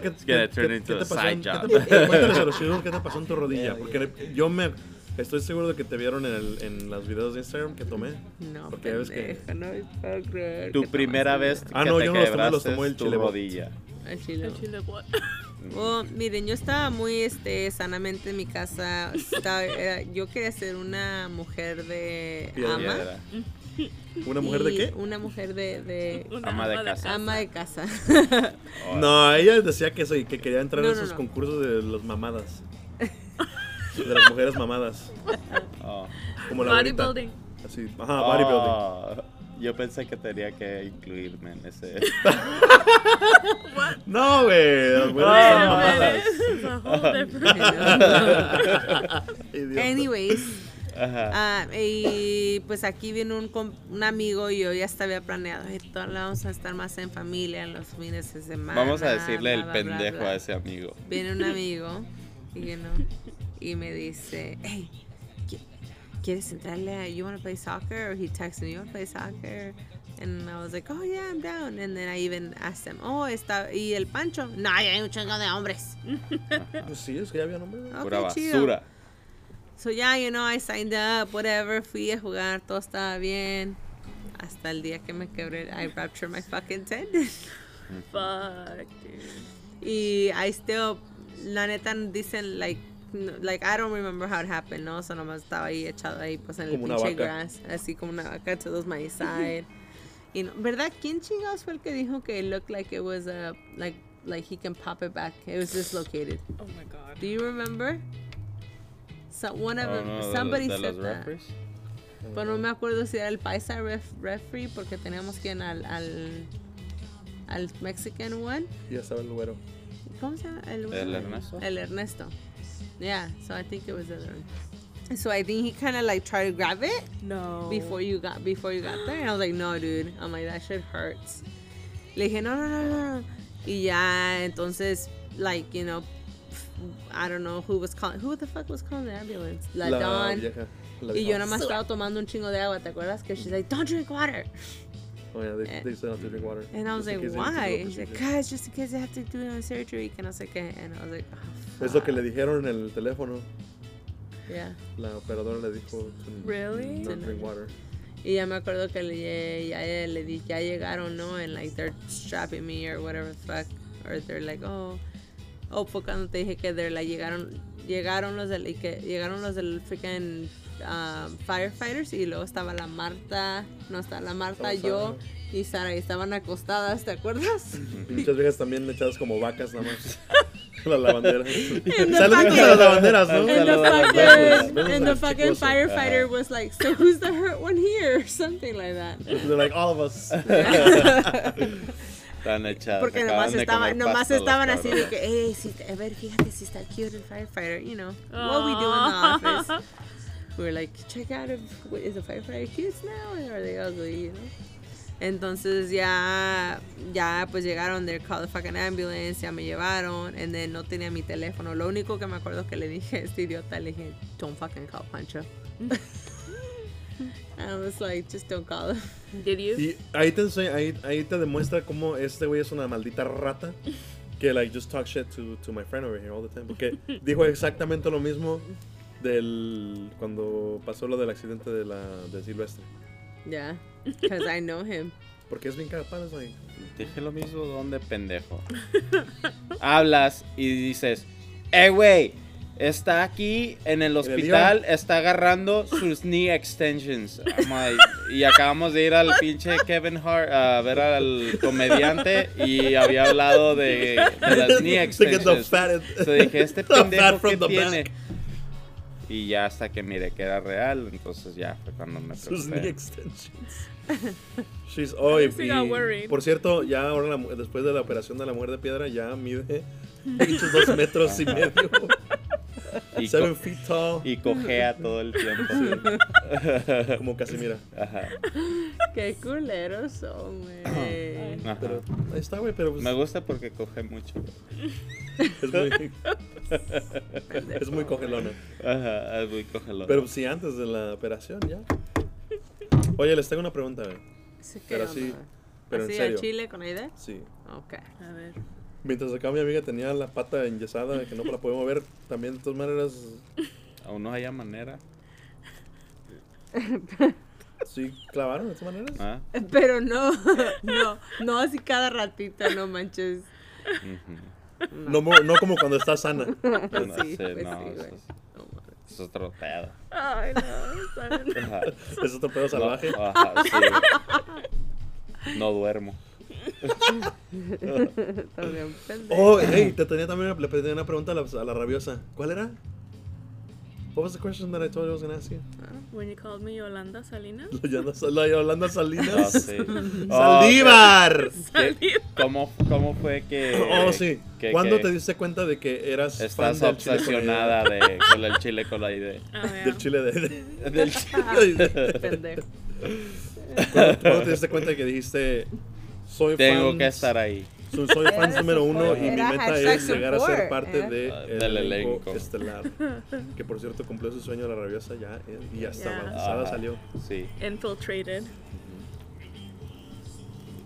[LAUGHS] que, gonna que- turn que- into que a te pasó side en- que job. te- cuéntales [LAUGHS] a los chicos qué te pasó en tu rodilla. Yeah, Porque yo me estoy seguro de que te vieron en, el- en los videos de Instagram que tomé. No, Porque ya ves que- pendejo, no puedo creer Tu que primera tomaste vez Ah, que no, te yo no los tomé, los quebraste tomó el tu Chile Bot. rodilla. el chile. El chile, what? Bueno, miren, yo estaba muy este, sanamente en mi casa. Estaba- [LAUGHS] era- yo quería ser una mujer de Piedra. ama. Piedra. ¿Una mujer de y qué? Una mujer de, de [LAUGHS] [LAUGHS] Una Ama de casa. ama de casa. No, ella decía que, soy, que quería entrar No, en no, esos no. concursos de las mamadas. De las mujeres mamadas. Oh. Como la abuelita. Bodybuilding. Así, Ah, ajá, bodybuilding. Oh, Yo pensé que tenía que incluirme [LAUGHS] en ese. No, güey, las mujeres Ah, están Wait a mamadas. minute, [LAUGHS] this is a whole [LAUGHS] different- [LAUGHS] Idiota. Anyways, Ajá. Ah, y pues aquí viene un, com- un amigo y yo ya estaba había planeado, "Ay, to- vamos a estar más en familia en los fines de semana. Vamos a decirle el bla, bla, bla, pendejo bla". a ese amigo. Viene un amigo y, you know, y me dice, hey, qui- ¿quieres entrarle a, you want to play soccer? Or he texted me, you want to play soccer? And I was like, oh yeah, I'm down. And then I even asked him, oh, está, ¿y el Pancho? No, ya hay un chingo de hombres. Pues sí, es que ya había nombre. güey. Ok, Pura chido. basura. So ya, you know, I signed up, whatever, fui a jugar, todo estaba bien. Hasta el día que me quebré, I ruptured my fucking tendon. Fuck, dude. Y I still, la neta, dicen, like, no- like, I don't remember how it happened, ¿no? So nomás estaba ahí echado ahí, pues, en el Como una pinche vaca. grass. Así como una vaca, to those my side. y no, ¿Verdad? ¿Quién chingados fue el que dijo que it looked like it was, uh, like, like he can pop it back? It was dislocated. Oh my god. Do you remember? So, one of Oh, them, no, de los- somebody de said los that. rappers. Pues no me acuerdo si era el paisa ref, referee porque teníamos que ir al, al, al Mexican one. Ya estaba el güero. ¿Cómo se llama? El, ¿El Ernesto? El Ernesto. Yeah, so I think it was the Ernesto. So I think he kind of like tried to grab it No. before you got before you got there, and I was like, no, dude. I'm like that shit hurts. Le dije, no, no, no, no. no." Y ya, entonces, like you know, I don't know who was calling. Who the fuck was calling the ambulance? La, Dawn. vieja. La Y vieja. yo nada más estaba tomando un chingo de agua, ¿te acuerdas? Que she's like, don't drink water. Oh, yeah, they, they said not to drink water. eh. And I was Just in like, why? case they need to do a And she's like, procedure. guys, just in case they have to do it on surgery, que no sé qué. And I was like, oh, Es lo que fuck. le dijeron en el teléfono. Yeah. La operadora le dijo. "Mm, Really? Don't drink water. Y ya me acuerdo que le, ya, ya le di, ya llegaron, ¿no? And like, they're strapping me or whatever the fuck. Or they're like, oh. Oh, fue cuando te dije que they're like, llegaron, llegaron los del, y que llegaron los del freaking um, firefighters y luego estaba la Marta, no, estaba la Marta, Estaba yo Sara. y Sara y estaban acostadas, ¿te acuerdas? [LAUGHS] Pinches viejas también echadas como vacas nada más. [LAUGHS] Las lavanderas. En la Saluditos fucking- a las lavanderas, ¿no? And Hello, the hello, fucking, hello. and the fucking Chicoso. Ah. firefighter was like, so who's the hurt one here? [LAUGHS] Or something like that. [LAUGHS] They're like all of [LAUGHS] us. Están Eh, echadas. Porque acaban nomás, de estaba, comer nomás pasta los estaban así de que, cabrones. hey, si, a ver, fíjate si está cute el firefighter, you know, what we do in the Aw. office. We were like, check out if, is the firefighter cute now or are they ugly, you know? "Oh, Entonces ya, ya pues llegaron, they called the fucking ambulance, ya me llevaron, and then no tenía mi teléfono. Lo único que me acuerdo que le dije a este idiota, le dije, don't fucking call Pancho. I was like, just don't call him. [LAUGHS] [LAUGHS] Did you? Y ahí te, enseña, ahí, ahí te demuestra cómo este güey es una maldita rata. Que, like, just talk shit to, to my friend over here all the time. Porque dijo exactamente lo mismo del cuando pasó lo del accidente de, la, de Silvestre. Yeah, because I know him. Porque es bien capaz, like, Dije lo mismo, ¿dónde, pendejo? [LAUGHS] Hablas y dices, ¡Eh, güey! Está aquí en el hospital, está agarrando sus knee extensions. I'm like, y acabamos de ir al pinche Kevin Hart a ver al comediante y había hablado de, [LAUGHS] de las knee Think it's the extensions. fat- So dije, este [LAUGHS] the fat pendejo from que the tiene. back. Y ya hasta que miré que era real, entonces ya fue cuando me Sus preocupé. knee extensions. [LAUGHS] She's hoy. least he got worried. Por cierto, ya ahora la mu- después de la operación de la mujer de piedra ya mide [LAUGHS] pinches dos metros y medio. Y, co- Seven feet tall. y cojea todo el [LAUGHS] tiempo. Como Casimira. Ajá. Qué culeros son, [CLEARS THROAT] güey. Ajá. Pero ahí está, güey, pero pues, [LAUGHS] Me gusta porque coge mucho. es muy, es muy cogelona. Ajá, es muy cogelón. Pero sí, antes de la operación ya. Oye, les tengo una pregunta, güey. Sí, ¿qué Pero onda, sí, güey? pero en ¿Así a serio. Chile con Aide? Sí. Ok. [LAUGHS] A ver. Mientras acá mi amiga tenía la pata enyesada que no la podía mover, también de todas maneras, pues, Aún no haya manera. sí clavaron de todas maneras. ¿ah? Pero no, [LAUGHS] no, no así cada ratito, no [LAUGHS] manches. pues, Ujú. No, mo- no como cuando está sana. Pues No sí, sé, pues no, sí, eso güey. es- No mames. eso es otro pedo. Ay, no, [LAUGHS] está bien. Ajá. Es otro pedo [LAUGHS] salvaje. No, ajá, sí, [LAUGHS] güey. No duermo. Está bien pendejo. Oh, hey, te tenía también una, le tenía una pregunta a la, a la rabiosa. ¿Cuál era? What was the question that I told you I was gonna ask you? When you called me Yolanda Salinas. [LAUGHS] La Yolanda, Sal- la Yolanda No, Salinas. [LAUGHS] sí. Oh, ¡Saldívar! ¿qué- ¿Cómo, ¿Cómo fue que.? Oh, sí. que- ¿Cuándo que te diste cuenta de que eras Estás fan del chile con obsesionada de, con el chile con la idea. Ah, aire? [LAUGHS] vea. Del chile de... Del chile. este [LAUGHS] Pendejo. ¿Cuándo te diste cuenta de que dijiste... Soy Tengo fans- que estar ahí. Soy, soy fan Era número uno y mi support. Era meta hashtag es llegar a ser support, parte ¿eh? de Ah, el del elenco elenco. estelar. Que por cierto cumplió su sueño la rabiosa ya eh, y ya está Ya. avanzada Ajá, salió. Sí, Infiltrated.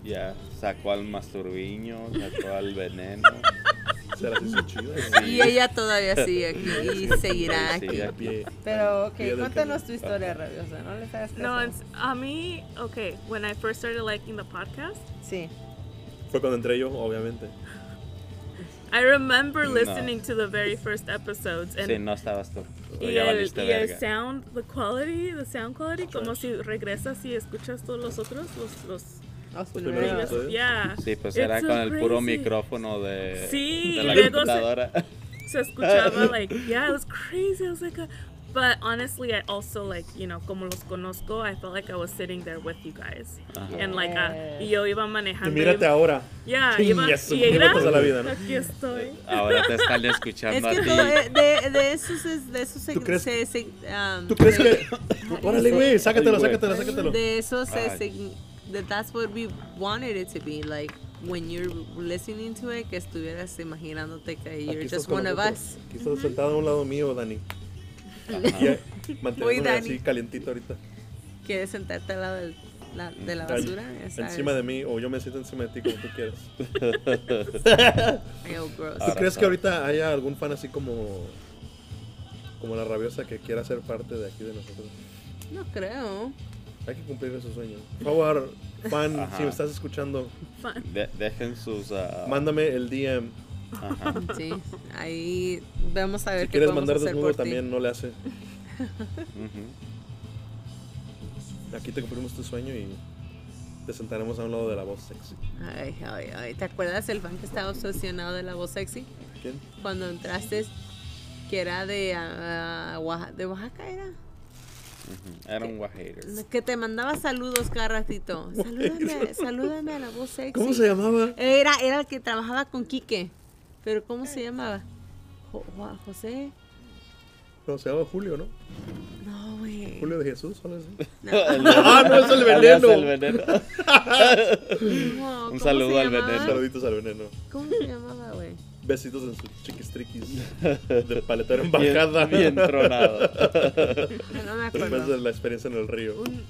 ya. Sacó al masturbiño, sacó al veneno. Se las hizo chido. Y ella todavía sigue aquí y seguirá Sí, aquí. ya. Pie. Pero, ok, Pie del cuéntanos cañón. tu historia rabiosa, ¿no? ¿Le sabes No, it's, a mí, okay, when I first started liking the podcast, Sí. Fue cuando entré yo, obviamente. I remember No. listening to the very first episodes and Sí, no estabas tú. y Ya el, valiste y el verga. sound, the quality, the sound quality, como Trash. si regresas y escuchas todos los otros, los, los Los primeros primeros. episodios. yeah. Sí, pues It's era so con el puro crazy. micrófono de, de Sí, y la luego se- computadora. se Ah. escuchaba like yeah it was crazy i was like uh, but honestly i also like you know como los conozco i felt like i was sitting there with you guys Ajá. and like uh, y yo iba Y manejando mírate iba- ahora. yeah [LAUGHS] iba, Chingas, y ¿qué le era pasa a la vida, no? [LAUGHS] aquí estoy Ahora te están Es escuchando que a ti. todo, eh, de, de esos es, de esos se, ¿Tú crees- se- se- um, ¿Tú crees se- [LAUGHS] que...? Órale, güey, sácatelo, Ay, güey. sácatelo, sácatelo. Mm, de eso se, Ay. se- that that's what we wanted it to be like when you're listening to it que estuvieras imaginándote que Aquí you're estás just con one of nosotros. us. Aquí estás sentado a un lado [LAUGHS] mío, Dani. Ajá. Y manteniéndome así Dani. calientito ahorita. ¿Quieres sentarte al lado del- la- de la Ahí, basura? Ya sabes. Encima de mí, o yo me siento encima de ti como tú quieras. Ay, oh, gross. ¿Tú Ahora crees que sabe. ahorita haya algún fan así como como la rabiosa que quiera ser parte de aquí de nosotros? No creo. Hay que cumplir esos sueños. Por favor, fan, Ajá. si me estás escuchando, Fun. De- dejen sus. ah, mándame el DM. ajá. Sí. Ahí vamos a ver Ah. Si qué quieres podemos mandar hacer desnudo por ti. también, no le hace. Ujú. Aquí te cumplimos tu sueño y te sentaremos a un lado de la voz sexy. Ay, ay, ay. ¿Te acuerdas el fan que estaba obsesionado de la voz sexy? ¿Quién? Cuando entraste, que era de, ah, Oaxa- de Oaxaca, ¿era? Ujú. Era un wahater. [LAUGHS] Que te mandaba saludos cada ratito. Salúdame, salúdame a la voz sexy. ¿Cómo se llamaba? Era, era el que trabajaba con Quique. Pero ¿cómo se llamaba? Jo- Juan José. No, se llamaba Julio, ¿no? No, güey. Julio de Jesús, solo así. Eh, No. Ah, no, es el Alias veneno. el veneno. [LAUGHS] No, Un ¿cómo saludo se al llamaba? veneno. Saluditos al veneno. ¿Cómo se llamaba, güey? Besitos en [LAUGHS] sus chiquistriquis de paletero en Bien- bajada. [LAUGHS] Bien tronado. No, no me Después acuerdo. de la experiencia en el río. [LAUGHS] Un-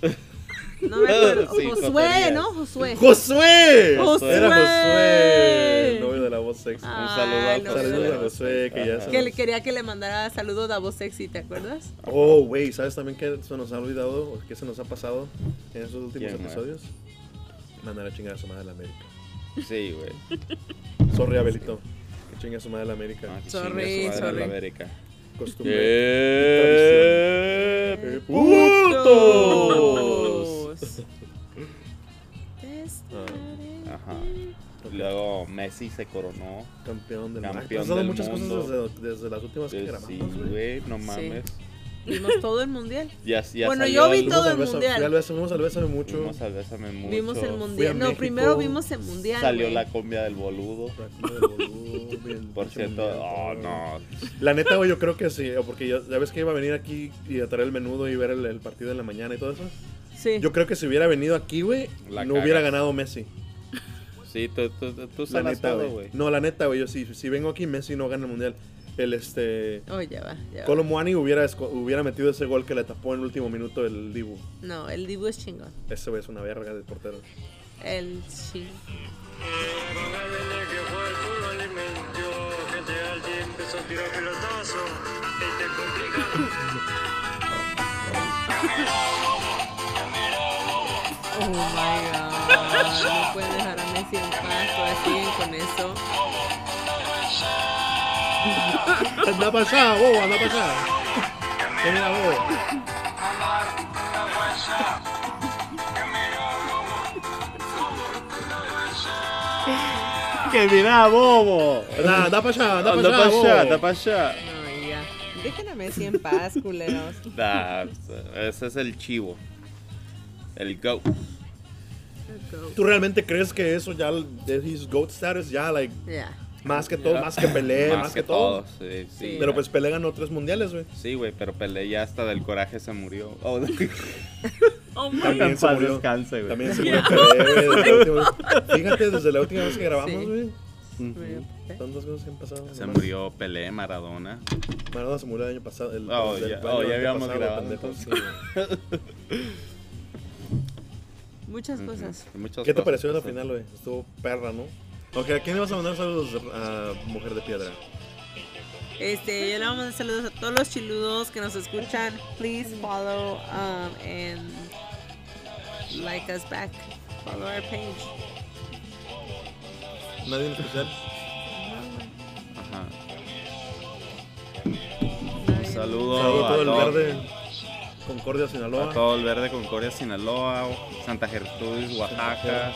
No me acuerdo. Sí, Josué, coterías. ¿no? Josué. ¡Josué! ¡Josué! Era Josué, el novio de la voz sexy. Ah, saludo al no, Josué. no, no. Saludos a Josué, que ya Ajá. se Que nos- le quería que le mandara saludos a voz sexy, ¿te acuerdas? Oh, güey, ¿sabes también qué se nos ha olvidado o qué se nos ha pasado en esos últimos ¿Quién, güey? episodios? Mandar a chingar a su madre a la América. Sí, güey. Sorry, Abelito. Que chingue a su madre a la América. Ah, que Sorry, chingue su madre sorry. la América. Eh, Costumbre. ¡Qué Eh, tradición. eh, putos! Ah, Te estaré Ajá. Pues Luego Messi se coronó. Campeón del mundo. Campeón Han pasado del muchas mundo. cosas desde, desde las últimas que Pues Sí, grabamos, güey. güey, no mames. Vimos todo el mundial. Ya, ya Bueno, salió yo vi el- todo el al Bésame- mundial. fui al Bésame- fuimos al Bésame mucho. Fuimos al Bésame mucho. Vimos el Fui a mundial. No, México. primero vimos el mundial. Salió güey. la cumbia del boludo. La cuna del boludo, el Por pinche cierto, mundial, oh todo. no. La neta, güey, yo creo que sí, porque ya, ya ves que iba a venir aquí y a traer el menudo y ver el, el partido en la mañana y todo eso. Sí. Yo creo que si hubiera venido aquí, güey, La no cagas. hubiera ganado Messi. Sí, tú, tú, tú, tú La salas neta, todo, güey. güey. No, la neta, güey, yo sí, si vengo aquí, Messi no gana el mundial. el este Oh, ya va, ya va. Colomwani hubiera, esco- hubiera metido ese gol que le tapó en el último minuto el Dibu. No, el Dibu es chingón. Ese güey es una verga de [LAUGHS] portero. El chingón. Oh my god, no pueden dejar a Messi en paz, todavía siguen con eso. ¡Anda para allá, bobo! ¡Anda para allá! Ven la bobo! ¡Que mira, bobo! ¡Anda, anda para allá! ¡Anda Anda para pa' allá, allá, anda bobo! pa' allá. No, ya. Dejen a Messi en paz, culeros. Nah, ese es el chivo. El go. ¿Tú realmente crees que eso ya, de his GOAT status, ya, like, [LAUGHS] Ya. más que todo, más que Pelé, más, que, todo? Sí, sí. Sí. Pero pues Pelé ganó tres mundiales, güey. Sí, güey, pero Pelé ya hasta del coraje se murió. Oh, [LAUGHS] Oh my También En se paz murió. descanse, güey. También se murió Pelé, güey. desde [LAUGHS] la última- Fíjate, desde la última vez que grabamos, Sí. güey. Murió Pelé. Tantas cosas que han pasado. se murió Pelé, Maradona. Maradona se murió el año pasado. El, Oh, el- ya- el oh, ya año habíamos pasado, grabado, pendejo. entonces. Sí, güey. Muchas Pues cosas. Y muchas ¿Qué te cosas pareció la pasan. final, güey? Estuvo perra, ¿no? Ok, ¿a quién le vas a mandar saludos a Mujer de Piedra? Este, yo le vamos a dar saludos a todos los chiludos que nos escuchan. Please follow um, and like us back. Follow our page. ¿Nadie en especial? Ajá. Nadie- Un saludo Saludos a todo el todo- verde. Concordia, Sinaloa. Oh, A todo el verde Concordia, Sinaloa, Santa Gertrudis, Oaxaca.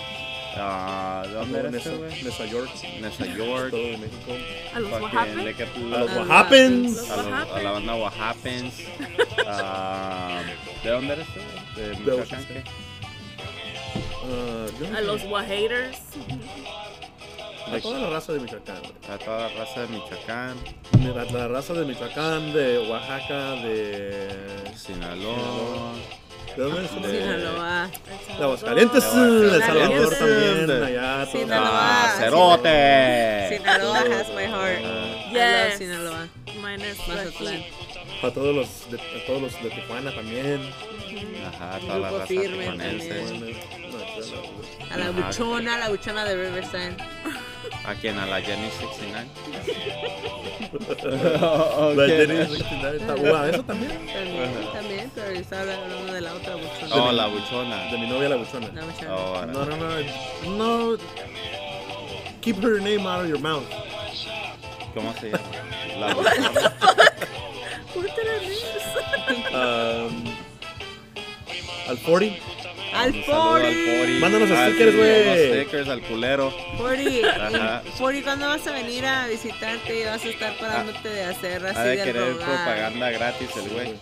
Ah, ¿Dónde era Nesa, este, güey? Nesa York. Nesa York. Todo de México. A los fucking Oaxaca. Leca- A los Ah, What Happens. Los a los- a la Oaxaca. banda What Happens. [LAUGHS] Ah, ¿De dónde eres tú? De Michoacán, ¿qué? Ah, yo no A sé. los Oaxaters. A toda la raza de Michoacán, A güey. toda la raza de Michoacán, De La, la raza de Michoacán, de Oaxaca, de. Sinaloa. ¿De dónde es? De- Sinaloa. De Aguascalientes, Salvador. El Salvador Aguascalientes. también, allá. todo. Sinaloa. Ah, Sinaloa. Cerote. Sinaloa has my heart. Ah, I love Yes. Sinaloa. Minus Mazatlán. Mazatlán. Para todos los de, a todos los de Tijuana también. Ajá, toda la Grupo raza este, firme tijuanense. también. Bueno, no, claro, güey. A la Ajá. buchona, a la buchona de Riverside. ¿A quién? ¿A la Jenny [LAUGHS] 69? La Jenny 69 está- Guau, eso también. También, también, pero estaba hablando de la otra buchona. Oh, la buchona. De mi novia la buchona. La buchona. Ahora. No, no, no. No. Keep her name out of your mouth. ¿Cómo se llama? [LAUGHS] La buchona. What did I miss? Um, al 40. Al Un saludo al 40. Pori. Mándanos Ah, stickers, sí, güey. unos stickers al culero. 40. [LAUGHS] Ajá. Ah. Y, 40, ¿cuándo vas a venir a visitarte y vas a estar parándote de hacer así Ha de de querer rogar? propaganda gratis el güey.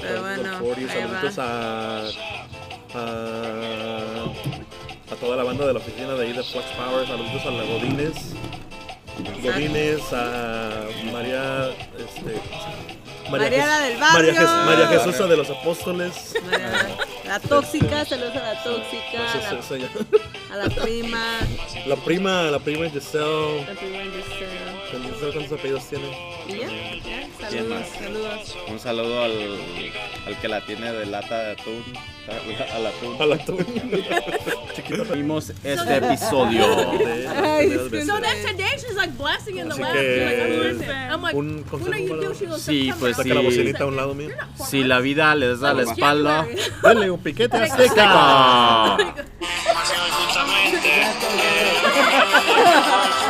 Pero bueno, al 40, ahí saluditos va. a, a. a toda la banda de la oficina de ahí de Flex Power. Saluditos a la Godines. Godines, a María. Este, María la del barrio. María, Jes- María Jesús de los Apóstoles. María, La tóxica, saludos a la tóxica, a Esa- la, esa ya. a la prima. La prima, la prima Giselle. La prima de Giselle. ¿Quién sabe cuántos apellidos tiene? Y ya, ya, ¿Quién saludos, más? saludos. Un saludo al, al que la tiene de lata de atún. [LAUGHS] a- Al atún. A la tuya. Vimos este [LAUGHS] episodio. Ay, disculpe. So That today she's like blasting in the Así left. que, I'm like, un what consejo are you doing? She para- goes, Sí, pues saca la sí. bocinita a un lado mío. Si la vida les da la espalda. Dale un piquete ¡Azteca! Demasiado injustamente.